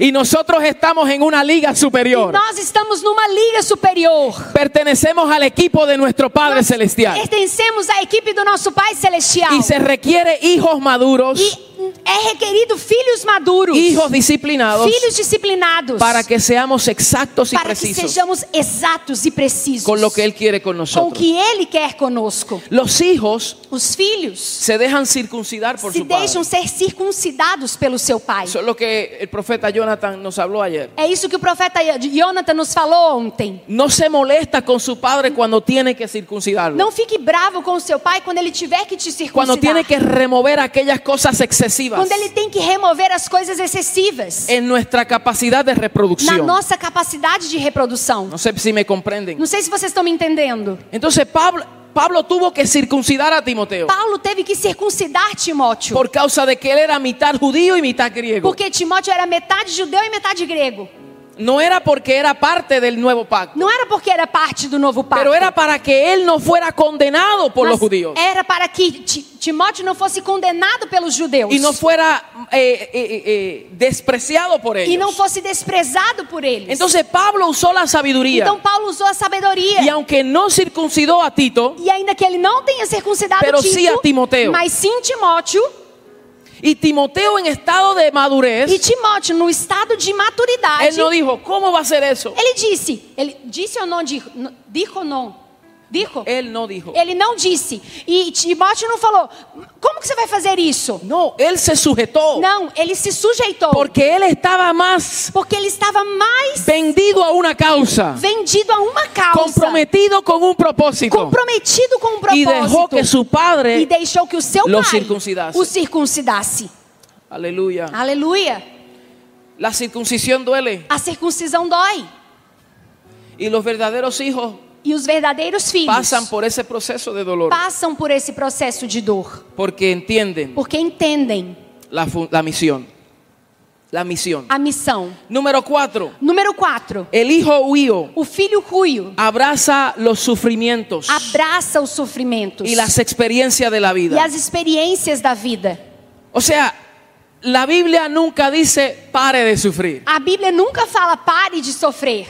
S2: Y nosotros estamos en una liga
S1: E
S2: superior.
S1: nós estamos numa liga superior.
S2: Pertenecemos al equipo de nuestro Padre
S1: Nós
S2: Celestial. é-
S1: Pertencemos à equipe do nosso Pai Celestial.
S2: Y se requiere hijos maduros,
S1: E é requerido filhos maduros,
S2: hijos disciplinados,
S1: filhos disciplinados,
S2: para que seamos exactos y
S1: para que
S2: precisos
S1: sejamos exatos e precisos
S2: con lo que Él quiere con
S1: com o
S2: nosotros.
S1: que Ele quer conosco.
S2: Los hijos
S1: Os filhos
S2: se dejan circuncidar por
S1: se
S2: su padre. é
S1: deixam ser circuncidados pelo seu pai.
S2: Eso es lo que el profeta Jonathan nos habló ayer.
S1: É isso que o profeta Jonathan nos falou ontem.
S2: No se molesta con su padre cuando tiene que circuncidarlo.
S1: Não fique bravo com o seu pai quando ele tiver que te
S2: Cuando
S1: circuncidar.
S2: tiene que remover aquellas cosas excesivas
S1: Quando ele tem que remover as coisas excessivas
S2: en nuestra capacidad de
S1: na
S2: reproducción.
S1: nossa capacidade de reprodução.
S2: No sé si me comprenden.
S1: Não sei se vocês estão me entendendo.
S2: Entonces Pablo, Pablo tuvo que circuncidar a Timoteo
S1: Paulo teve que circuncidar Timóteo.
S2: por causa de que él era mitad judío y mitad griego.
S1: Porque Timóteo era metade judeu e metade grego.
S2: No era porque era parte del nuevo pacto,
S1: Não era porque era parte do novo pacto.
S2: pero era para que él no fuera condenado por
S1: mas
S2: los judíos
S1: Era para que Ti- Timóteo não fosse condenado pelos judeus.
S2: y no fuera eh, eh, eh, despreciado por
S1: E não
S2: ellos.
S1: fosse desprezado por eles.
S2: Entonces Pablo usó la sabiduría
S1: então Paulo usou a sabedoria.
S2: y aunque no circuncidó a Tito
S1: E ainda que ele não tenha circuncidado
S2: Pero
S1: Tito,
S2: sim a Timoteo.
S1: mas sim Timóteo,
S2: y Timoteo en estado de
S1: e
S2: madurez,
S1: Timóteo no estado de
S2: él
S1: maturidade,
S2: no dijo, ¿cómo va a ser eso?
S1: ele disse, ele disse ou não dijo, Não- dijo ou não? Dijo?
S2: Él no dijo.
S1: Ele não disse. E Timóteo não falou, como que você vai fazer isso?
S2: No, él se sujetó
S1: Não, ele se sujeitou,
S2: porque él estaba más
S1: porque ele estava mais
S2: vendido a una causa,
S1: vendido a uma causa,
S2: comprometido con un propósito
S1: comprometido com um
S2: y
S1: propósito,
S2: dejó que su
S1: e
S2: padre,
S1: deixou que o seu
S2: lo
S1: pai
S2: circuncidasse.
S1: o circuncidasse.
S2: aleluya,
S1: Aleluia.
S2: La circuncisión duele
S1: A circuncisão dói.
S2: y los verdaderos hijos
S1: E os verdadeiros filhos
S2: pasan por ese proceso de dolor
S1: passam por esse processo de dor,
S2: porque entienden
S1: porque entendem
S2: la, fu- la misión. La misión.
S1: a missão.
S2: Número cuatro,
S1: Número 4.
S2: el hijo huío
S1: O filho ruio
S2: abraza los sufrimientos
S1: abraça os sofrimentos
S2: y las experiencias de la
S1: e
S2: vida.
S1: as experiências da vida.
S2: O sea, La Biblia nunca dice pare de sufrir.
S1: A Bíblia nunca fala pare de sofrer.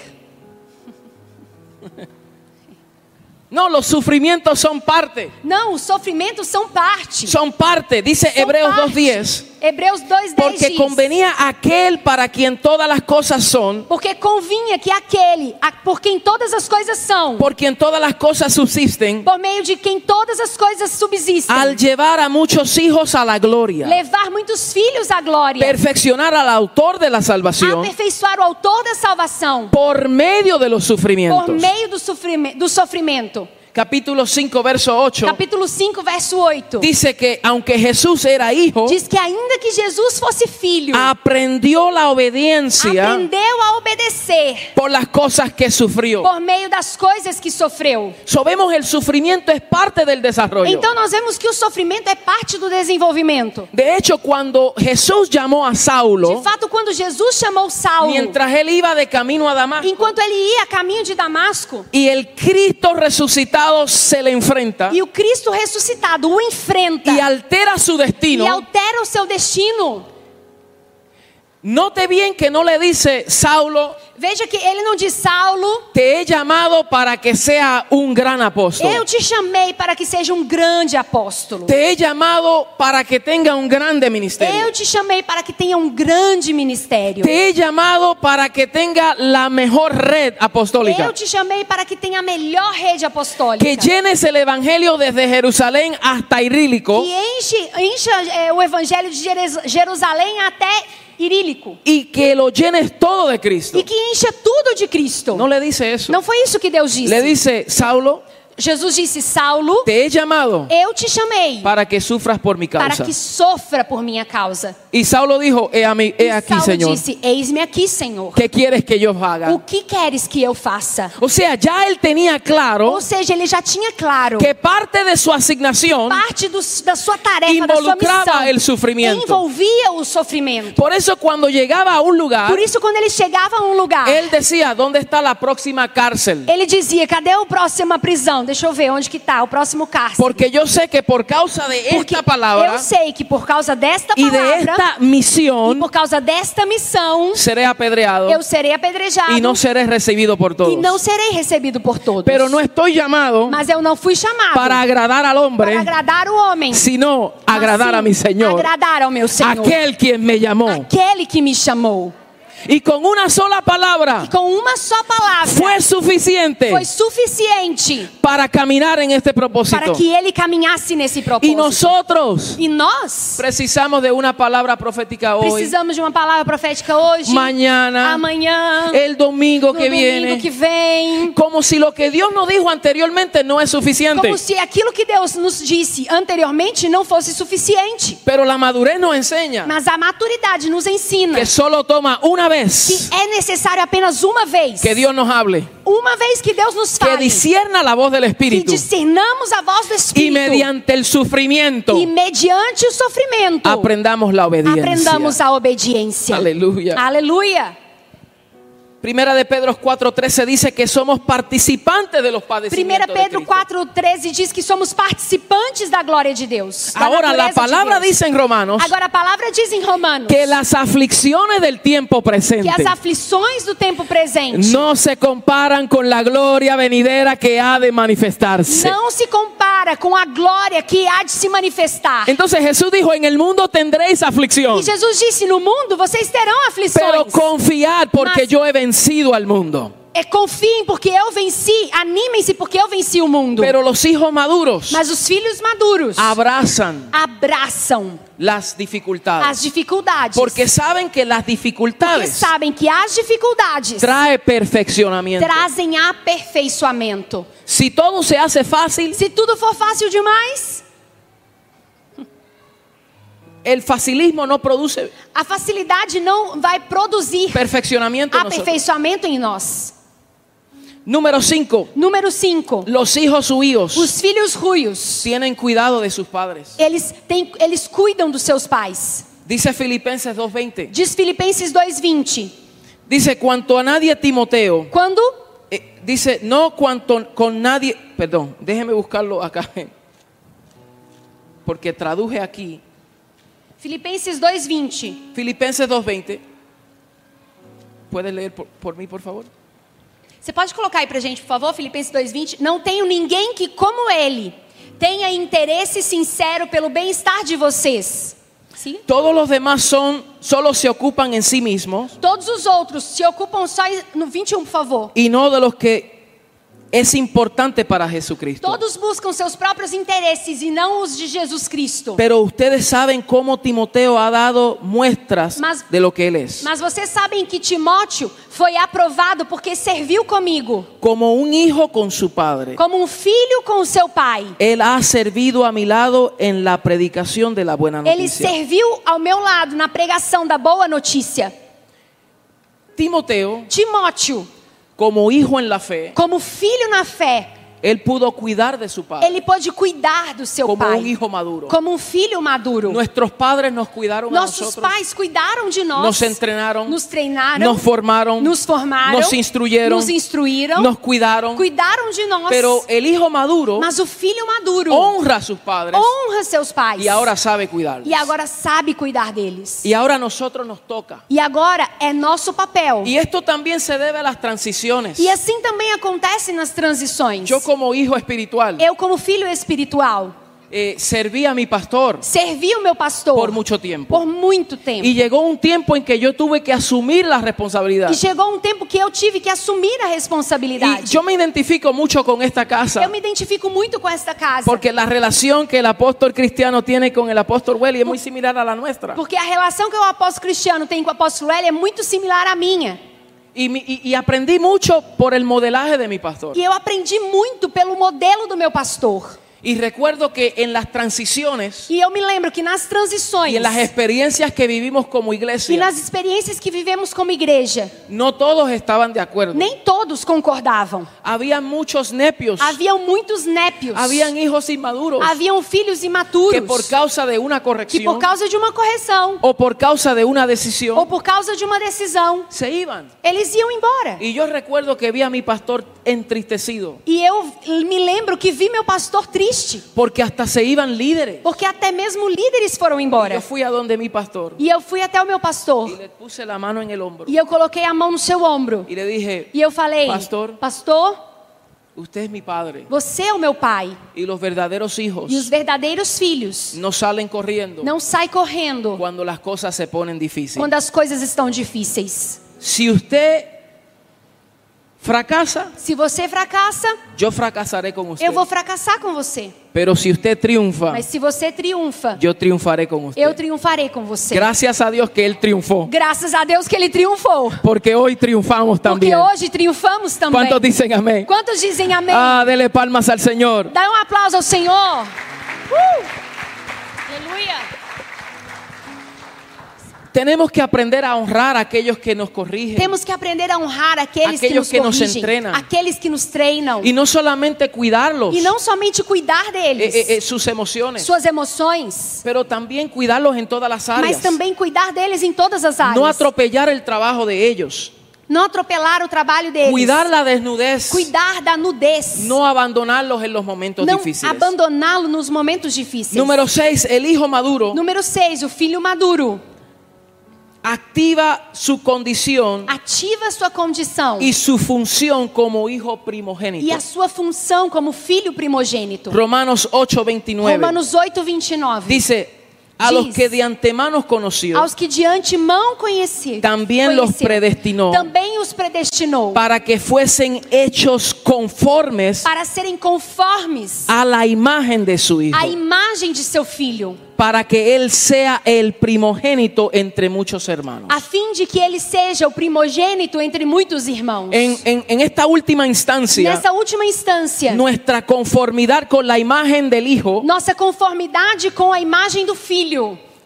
S2: No, los sufrimientos son parte.
S1: Não, os sofrimentos são parte.
S2: Son parte, dice
S1: São
S2: Hebreos
S1: parte.
S2: 2.10.
S1: Hebreus 2:10
S2: Porque
S1: diz.
S2: convenía aquel para quien todas las cosas son,
S1: Porque convinha que aquele a- por quem todas as coisas são,
S2: por quien todas las cosas subsisten,
S1: por meio de quem todas as coisas subsistem,
S2: al llevar a muchos hijos a la gloria,
S1: levar muitos filhos à glória,
S2: perfeccionar al autor de la salvación
S1: aperfeiçoar o autor da salvação
S2: por medio de los
S1: por
S2: sufrimientos.
S1: meio do, sofrime- do sofrimento.
S2: Capítulo 5, verso 8.
S1: Capítulo 5, verso 8.
S2: Dice que aunque Jesús era hijo,
S1: Diz que ainda que Jesus fosse filho,
S2: Ah, aprendió la obediencia
S1: aprendeu a obedecer
S2: por las cosas que sufrió.
S1: por meio das coisas que sofreu.
S2: So, vemos el sufrimiento es parte del desarrollo.
S1: Então nós vemos que o sofrimento é parte do desenvolvimento.
S2: De hecho, cuando Jesús llamó a
S1: De
S2: Saulo,
S1: fato, quando Jesus chamou Saulo,
S2: mientras él iba de camino a Damasco,
S1: enquanto ele ia a caminho de Damasco,
S2: y el Cristo resucitado se le enfrenta
S1: e o Cristo ressuscitado o enfrenta
S2: y altera su
S1: e
S2: destino,
S1: altera o seu destino.
S2: note bien que no le dice, Saulo,
S1: Veja que ele não diz Saulo,
S2: te he llamado para que sea un gran
S1: eu
S2: apóstol.
S1: te chamei para que seja um grande apóstolo.
S2: Te he llamado para que tenga un grande ministerio.
S1: Eu te chamei para que tenha um grande ministério.
S2: Te he llamado para que tenga la mejor red apostólica.
S1: Eu te chamei para que tenha a melhor rede apostólica.
S2: Que llenes el evangelio desde Jerusalén hasta Irílico.
S1: Que enche, encha eh, o evangelho de Jerez- Jerusalém até Irílico.
S2: y que lo llenes todo de Cristo.
S1: E que encha tudo de Cristo.
S2: No le dice eso.
S1: Não foi isso que Deus disse.
S2: Le dice, Saulo,
S1: Jesus disse, Saulo,
S2: te he llamado
S1: eu te chamei
S2: para que sufras por mi
S1: para
S2: causa.
S1: que sofra por minha causa.
S2: Y Saulo dijo, he, a mí- he
S1: e
S2: aquí,
S1: Saulo
S2: Señor,
S1: disse, eis-me aqui, Senhor.
S2: ¿qué quieres que yo
S1: O
S2: haga?
S1: que queres que eu faça?
S2: O sea, ya él tenía claro
S1: Ou seja, ele já tinha claro
S2: que parte de su asignación,
S1: parte do- da sua tarefa, da sua
S2: Involucrava
S1: missão,
S2: el sufrimiento.
S1: envolvia o sofrimento.
S2: por eso cuando llegaba a un lugar,
S1: Por isso, quando ele chegava a um lugar,
S2: él decía, ¿dónde está la próxima cárcel?
S1: ele dizia: Cadê o próxima prisão? Deixa eu ver onde que tá o próximo cárcere.
S2: Porque yo sé que por causa de esta palabra
S1: eu sei que por causa desta
S2: y de
S1: palavra
S2: esta
S1: e
S2: misión,
S1: por causa desta missão,
S2: seré apedreado
S1: eu serei apedrejado
S2: y no seré recibido por
S1: e não
S2: todos.
S1: serei recebido por todos.
S2: Pero no estoy llamado
S1: Mas eu não fui chamado
S2: para agradar al
S1: para
S2: hombre,
S1: agradar o homem,
S2: sino
S1: mas
S2: agradar
S1: sim
S2: a mi Señor,
S1: Agradar ao meu Senhor.
S2: aquel quien me llamó.
S1: Aquele que me chamou.
S2: Y con una sola palabra
S1: Com uma só palavra.
S2: fue suficiente
S1: foi suficiente
S2: para caminar en este
S1: para
S2: propósito.
S1: que ele caminhasse nesse
S2: Y
S1: propósito.
S2: nosotros
S1: E nós
S2: precisamos de una palabra profética hoy,
S1: precisamos Ah, de uma palavra profética hoje,
S2: mañana,
S1: amanhã,
S2: el domingo
S1: no
S2: que
S1: domingo
S2: viene,
S1: que vem.
S2: como si lo que Dios nos dijo anteriormente no es suficiente.
S1: Como se aquilo que Deus nos disse anteriormente não fosse suficiente.
S2: Pero la madurez nos enseña
S1: Mas a maturidade nos ensina
S2: que solo toma una vez
S1: que é necessário apenas uma vez.
S2: que Dios nos hable.
S1: Uma vez que Deus nos
S2: que é
S1: fale,
S2: discierna la voz del
S1: que
S2: Espíritu
S1: discernamos a voz do
S2: y
S1: Espírito
S2: mediante el sufrimiento
S1: e mediante o sofrimento
S2: aprendamos la
S1: aprendamos
S2: obediencia.
S1: a obediência.
S2: Aleluya.
S1: Aleluia.
S2: Primera de Pedro 4:13 dice que somos participantes de los
S1: 1
S2: padecimientos. de
S1: Pedro
S2: Cristo.
S1: 4,13 diz que somos participantes da glória de Deus. da
S2: Ahora la
S1: natureza de
S2: palabra
S1: Deus.
S2: dice en Romanos
S1: Agora a palavra diz em Romanos
S2: que las aflicciones del tiempo
S1: que
S2: presente
S1: as aflições do tempo presente
S2: no se comparan con la gloria venidera que ha de manifestarse.
S1: não se compara com a glória que há de se manifestar.
S2: Entonces Jesús dijo, en el mundo tendréis aflicción,
S1: E Jesus disse: No mundo vocês terão
S2: pero
S1: aflições.
S2: confiad porque
S1: Mas-
S2: yo he vencido al mundo.
S1: É, confiem, porque eu venci. Animem-se, porque eu venci o mundo.
S2: Pero Ah, los hijos maduros
S1: Mas os filhos maduros
S2: abrazan
S1: abraçam
S2: las dificultades.
S1: as dificuldades.
S2: Ah. Porque saben que las
S1: porque
S2: dificultades
S1: sabem que as dificuldades
S2: trae perfeccionamiento.
S1: trazem aperfeiçoamento.
S2: Si todo se hace fácil,
S1: Se tudo for fácil demais,
S2: el facilismo no produce
S1: a facilidade não vai produzir Ah,
S2: perfeccionamiento. en nosotros.
S1: aperfeiçoamento em nós.
S2: Número 5.
S1: Número 5.
S2: Los hijos huídos
S1: Os filhos ruios,
S2: tienen cuidado de sus padres.
S1: eles, têm, eles cuidam dos seus pais.
S2: Dice Filipenses 2.20.
S1: Diz Filipenses 2:20.
S2: Dice, cuanto a nadie Timoteo,
S1: Quando
S2: eh, dice, no cuanto con nadie, perdón, déjeme buscarlo acá, porque traduje aquí
S1: Filipenses 2:20.
S2: Filipenses 2.20. ¿Puedes leer por, por mí, por favor?
S1: Você pode colocar aí pra gente, por favor, Filipenses 2:20? Não tenho ninguém que como ele tenha interesse sincero pelo bem-estar de vocês. Sim?
S2: Todos los demás son, solo se ocupan en sí mismos
S1: Todos os outros se ocupam só no 21, por favor.
S2: y no de los que es importante para Jesucristo.
S1: Todos buscam seus próprios interesses e não os de Jesus Cristo.
S2: Pero ustedes saben cómo Timoteo ha dado muestras
S1: Mas-
S2: de lo que él es.
S1: Mas vocês sabem que Timóteo foi aprovado porque serviu comigo,
S2: Como un hijo con su padre.
S1: como um filho com o seu pai.
S2: Él ha servido a mi lado en la predicación de la buena
S1: Ele
S2: noticia.
S1: serviu ao meu lado na pregação da boa notícia.
S2: Timoteo,
S1: Timóteo,
S2: como hijo en la fe,
S1: como filho na fé,
S2: él pudo cuidar de su padre
S1: ele pôde cuidar do seu
S2: Ah. como un
S1: pai,
S2: hijo maduro.
S1: como um filho maduro.
S2: Nuestros padres nos cuidaron a
S1: Nossos
S2: nosotros,
S1: pais cuidaram de nós,
S2: nos entrenaron,
S1: nos treinaram,
S2: nos formaram,
S1: nos formaram,
S2: nos instruyeron,
S1: nos instruíram,
S2: nos cuidaron.
S1: cuidaram de nós.
S2: Pero el hijo maduro
S1: mas o filho maduro
S2: honra a sus padres
S1: honra seus pais
S2: y ahora sabe cuidarlos.
S1: e agora sabe cuidar deles.
S2: Y ahora a nosotros nos toca.
S1: E agora é nosso papel.
S2: Y esto también se debe a las transiciones.
S1: E assim também acontece nas transições.
S2: Yo como hijo espiritual
S1: Eu, como filho espiritual,
S2: eh, serví a mi pastor
S1: servi o meu pastor
S2: por mucho tiempo.
S1: por muito tempo.
S2: Y llegó un tiempo en que yo tuve que asumir la responsabilidad.
S1: E chegou um tempo que eu tive que assumir a
S2: Y
S1: responsabilidade.
S2: yo me identifico mucho con esta casa
S1: Eu me identifico muito com esta casa.
S2: porque la relación que el apóstol cristiano tiene con el apóstol Welly es muy similar a la nuestra.
S1: Porque a relação que o apóstolo Cristiano tem com o apóstolo Hélio é muito similar à minha.
S2: Y, mi- y- y aprendí mucho por el modelaje de mi pastor.
S1: E eu aprendi muito pelo modelo do meu pastor.
S2: Y recuerdo que en las transiciones
S1: E eu me lembro que nas transições
S2: y en las experiencias que vivimos como
S1: e
S2: iglesia,
S1: nas experiências que vivemos como igreja,
S2: no todos estaban de acuerdo.
S1: nem todos concordavam.
S2: Había muchos nepios,
S1: Haviam muitos népios.
S2: habían hijos inmaduros
S1: Haviam filhos
S2: que
S1: imaturos
S2: por causa de um una
S1: que por
S2: corrección
S1: causa de uma correção
S2: o por causa de una
S1: ou
S2: decisión
S1: por causa de uma decisão,
S2: se iban.
S1: eles iam embora.
S2: Y yo recuerdo que vi a mi pastor entristecido,
S1: E eu me lembro que vi meu pastor triste,
S2: porque hasta se iban líderes.
S1: porque até mesmo líderes foram
S2: Y Yo
S1: embora.
S2: fui a donde mi pastor
S1: E eu fui até o meu
S2: y
S1: pastor
S2: le puse la mano en el hombro
S1: e eu coloquei a mão no seu ombro
S2: y le dije,
S1: e eu falei:
S2: Pastor.
S1: Pastor,
S2: usted es mi padre
S1: você é o meu pai
S2: y los verdaderos hijos
S1: e os verdadeiros filhos
S2: no salen corriendo
S1: não sai correndo
S2: cuando las cosas se ponen difíciles.
S1: quando as coisas estão difíceis.
S2: Si usted fracasa,
S1: Se você fracassa,
S2: yo fracasaré con usted.
S1: eu vou fracassar com você.
S2: Pero si usted triunfa,
S1: Mas se você triunfa,
S2: yo triunfaré con usted.
S1: eu triunfarei com você.
S2: Gracias a Dios que él triunfó,
S1: Graças a Deus que ele triunfou.
S2: porque hoy triunfamos
S1: Porque
S2: también.
S1: hoje triunfamos também.
S2: ¿Cuántos dicen amén?
S1: Quantos dizem amém?
S2: Ah, dele palmas al Señor.
S1: Dá um aplauso ao Senhor. Uh! Aleluia.
S2: Tenemos que aprender a honrar a aquellos que nos corrigen
S1: Temos que aprender a honrar aqueles que
S2: Aquellos
S1: nos
S2: que nos
S1: corrigem,
S2: entrenam.
S1: aqueles que nos treinam
S2: y no solamente cuidarlos,
S1: e não somente cuidar deles,
S2: eh, eh, eh, sus emociones,
S1: suas emoções,
S2: pero también cuidarlos en todas las áreas.
S1: mas também cuidar deles em todas as áreas.
S2: No atropellar el trabajo de ellos,
S1: Não atropelar o trabalho deles.
S2: cuidar la desnudez,
S1: Cuidar da nudez.
S2: no abandonarlos en los momentos
S1: Não
S2: difíciles.
S1: abandoná-lo nos momentos difíceis.
S2: Número um. 6, el hijo maduro
S1: Número 6, o filho maduro.
S2: activa su condición
S1: Ah. Ativa sua condição
S2: y su función como hijo primogénito.
S1: e a sua função como filho primogênito.
S2: Romanos 8:29
S1: Romanos 8, 29.
S2: dice, a los
S1: Diz,
S2: que de antemano conoció
S1: Aos que de antemão conheci,
S2: Também los
S1: conheceu,
S2: predestinou.
S1: também os predestinou
S2: para que fuesen hechos conformes
S1: para serem conformes
S2: a la imagen de su hijo,
S1: à imagem de seu filho,
S2: para que él sea el primogénito entre muchos hermanos.
S1: a fim de que ele seja o primogênito entre muitos irmãos.
S2: En, en- en esta última instancia,
S1: Nessa última instância,
S2: nuestra conformidad con la imagen del hijo
S1: nossa conformidade com a imagem do filho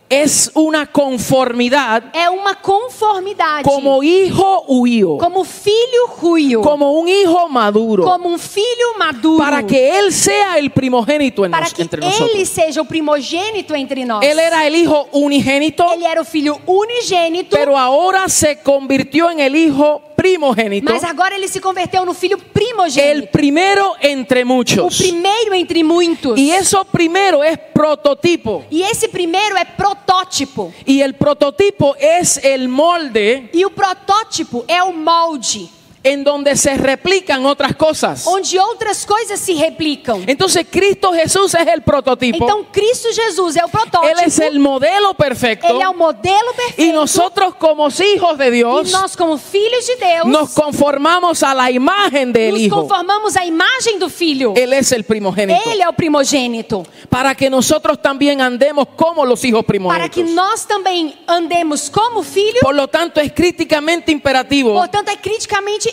S2: es una conformidad
S1: é uma conformidade
S2: como hijo huío,
S1: como filho ruio,
S2: como un hijo maduro,
S1: como um filho maduro,
S2: para que él sea el primogénito en
S1: para
S2: nos-
S1: que
S2: entre
S1: ele
S2: nosotros.
S1: seja o primogênito entre nós.
S2: Él era el hijo unigénito,
S1: Ele era o filho unigênito,
S2: pero ahora se convirtió en el hijo primogénito,
S1: Mas agora ele se converteu no filho
S2: el
S1: primogênito,
S2: primero entre
S1: o
S2: muchos.
S1: primeiro entre muitos.
S2: Y eso primero es prototipo.
S1: E esse primeiro é protótipo.
S2: Y el prototipo es el molde
S1: E o protótipo é o molde
S2: en donde se replican otras cosas.
S1: onde outras coisas se replicam.
S2: Entonces Cristo Jesús es el prototipo.
S1: Então Cristo Jesus é o
S2: Él es
S1: protótipo,
S2: el modelo perfecto.
S1: ele é o modelo perfeito.
S2: Y nosotros como hijos de
S1: E
S2: Dios
S1: nós como filhos de Deus
S2: nos conformamos a la imagen del
S1: nos
S2: Hijo.
S1: conformamos à imagem do filho.
S2: Él es el primogénito.
S1: Ele é o primogênito.
S2: Para que nosotros también andemos como los hijos
S1: Para que
S2: primogénitos.
S1: nós também andemos como filho,
S2: Por lo tanto, es críticamente imperativo
S1: portanto é criticamente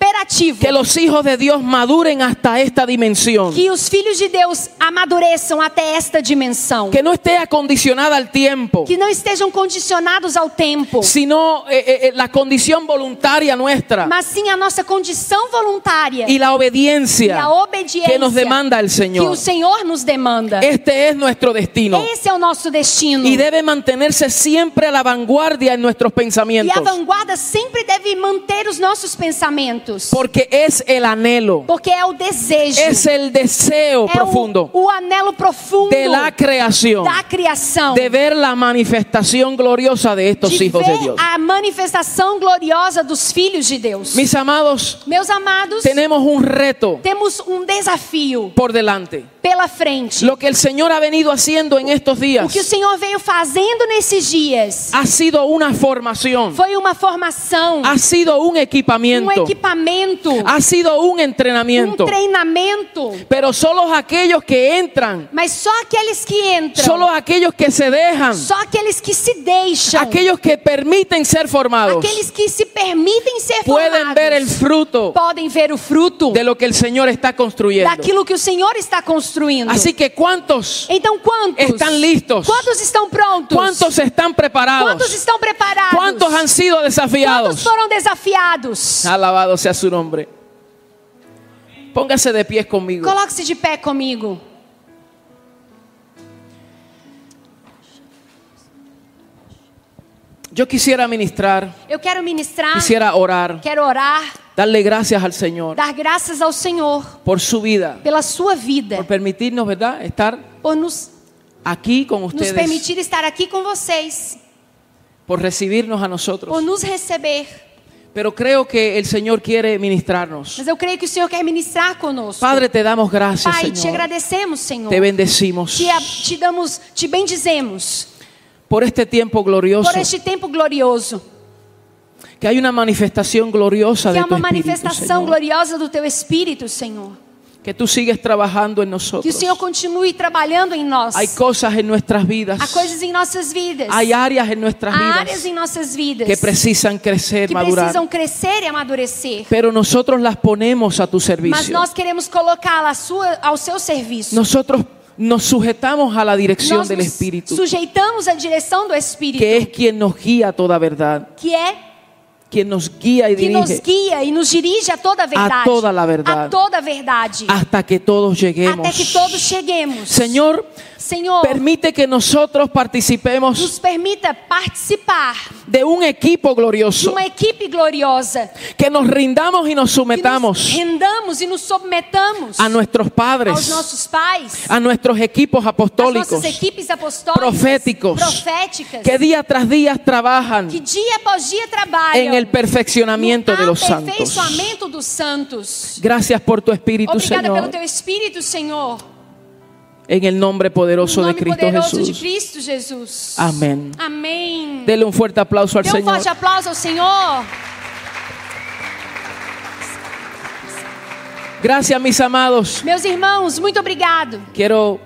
S1: imperativo
S2: que los hijos de Dios maduren hasta esta dimensión.
S1: que os filhos de Deus amadureçam até esta dimensão.
S2: Que no esté acondicionada al tiempo,
S1: Que não estejam condicionados ao tempo,
S2: sino eh, eh, eh, la condición voluntaria nuestra
S1: mas sim a nossa condição voluntária
S2: y la
S1: e
S2: obediencia
S1: a obediência
S2: que nos demanda é el
S1: que o
S2: Señor.
S1: Senhor nos demanda.
S2: Este es nuestro destino.
S1: Esse é o nosso destino.
S2: Y debe mantenerse siempre a la vanguardia en nuestros
S1: E a
S2: pensamientos.
S1: vanguarda sempre deve manter os nossos pensamentos.
S2: Porque es el anhelo,
S1: Porque é o desejo.
S2: es el deseo
S1: é
S2: profundo
S1: O, o anelo profundo
S2: de la creación,
S1: da criação.
S2: de ver la manifestación gloriosa de estos
S1: de
S2: hijos de
S1: ver
S2: Dios.
S1: a manifestação gloriosa dos filhos de Deus.
S2: Mis amados,
S1: Meus amados,
S2: tenemos un reto
S1: temos um desafio
S2: por delante.
S1: pela frente.
S2: Lo que el Señor ha venido haciendo en estos
S1: O que o
S2: días
S1: Senhor veio fazendo nesses dias
S2: ha sido una formación,
S1: foi uma formação,
S2: ha sido un
S1: um
S2: equipamiento,
S1: equipamento,
S2: ha sido un
S1: um
S2: entrenamiento.
S1: treinamento.
S2: Pero solo aquellos que entran,
S1: Mas só aqueles que entram,
S2: solo aquellos que se dejan,
S1: só aqueles que se deixam,
S2: aquellos que permiten ser formados,
S1: aqueles que se permitem ser
S2: pueden
S1: formados,
S2: ver el fruto
S1: podem ver o fruto
S2: de lo que el Señor está construyendo.
S1: daquilo que o Senhor está construindo.
S2: Así que ¿cuántos?
S1: então quantos
S2: Assim estão listos?
S1: Quantos estão prontos?
S2: ¿Cuántos están
S1: Quantos
S2: preparados?
S1: estão preparados?
S2: ¿Cuántos han sido
S1: Quantos
S2: desafiados?
S1: foram desafiados?
S2: Alabado sea su nombre. Póngase de pies conmigo.
S1: Coloque-se de pé comigo.
S2: Yo quisiera ministrar,
S1: Eu quero ministrar,
S2: quisiera orar,
S1: quero orar,
S2: darle gracias al Señor
S1: dar graças ao Senhor
S2: por su vida,
S1: pela sua vida,
S2: por permitirnos, ¿verdad?, estar
S1: por nos,
S2: aquí con
S1: nos
S2: ustedes,
S1: permitir estar aqui com vocês,
S2: por recibirnos a
S1: por
S2: nosotros.
S1: nos receber.
S2: Pero creo que el Señor quiere ministrarnos.
S1: Mas eu creio que o Senhor quer ministrar conosco.
S2: Padre, te damos gracias,
S1: Pai, te
S2: Señor.
S1: agradecemos, Senhor.
S2: Te bendecimos
S1: Te, a- te damos, te bendizemos
S2: por este tiempo glorioso,
S1: por este tempo glorioso.
S2: que hay una manifestación gloriosa
S1: Que
S2: de
S1: é
S2: tu
S1: uma
S2: espíritu,
S1: manifestação
S2: Señor.
S1: gloriosa do teu Espírito, Senhor.
S2: Que tú sigues trabajando en
S1: Que o
S2: nosotros.
S1: Senhor continue trabalhando em nós.
S2: Hay cosas en nuestras vidas.
S1: Há coisas em nossas vidas.
S2: Hay áreas en nuestras
S1: Há áreas
S2: vidas
S1: em nossas vidas
S2: que precisan crecer,
S1: que
S2: madurar.
S1: precisam crescer e amadurecer.
S2: Pero nosotros las ponemos a tu
S1: Mas
S2: servicio.
S1: nós queremos colocá-la à sua- ao seu serviço.
S2: Nosotros nos sujetamos a la dirección
S1: nós
S2: del
S1: nos
S2: Espíritu,
S1: sujeitamos à direção do Espírito,
S2: que es quien nos guía a toda verdad,
S1: que é
S2: quien nos guía y
S1: que nos
S2: dirige
S1: guia e nos dirige a toda a verdade.
S2: toda la verdad.
S1: A toda a verdade.
S2: hasta que todos
S1: Até que
S2: lleguemos.
S1: todos cheguemos.
S2: Señor,
S1: Senhor,
S2: permite que nosotros
S1: nos
S2: participemos
S1: permita participar
S2: de un equipo
S1: de
S2: glorioso,
S1: uma equipe gloriosa.
S2: que nos rindamos y
S1: Que nos
S2: nos sometamos
S1: rendamos e nos submetamos
S2: a nuestros
S1: aos
S2: padres,
S1: nossos pais,
S2: a nuestros equipos
S1: às nossas
S2: apostólicos,
S1: equipes apostólicas,
S2: proféticos,
S1: proféticas,
S2: que día tras día trabajan
S1: que dia após dia trabalham
S2: en el perfeccionamiento de
S1: no
S2: los santos.
S1: aperfeiçoamento dos santos.
S2: Gracias por tu Espíritu,
S1: Obrigada pelo
S2: Señor,
S1: teu Espírito, Senhor.
S2: en el nombre
S1: No
S2: poderoso de
S1: nome
S2: Cristo
S1: poderoso de
S2: Jesús.
S1: Cristo Jesus.
S2: Amém.
S1: Amém.
S2: Dele un fuerte aplauso al
S1: Dê um
S2: Señor.
S1: forte aplauso ao Senhor.
S2: Gracias, mis amados.
S1: Meus irmãos, muito obrigado.
S2: Quiero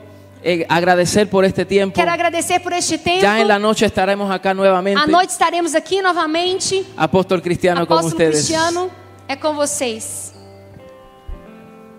S2: eh, agradecer por este tiempo.
S1: Quero agradecer por este tempo.
S2: Ya en la noche estaremos acá
S1: À
S2: nuevamente.
S1: noite estaremos aqui novamente.
S2: Apóstol Cristiano con
S1: Apóstolo
S2: ustedes.
S1: Cristiano é com vocês.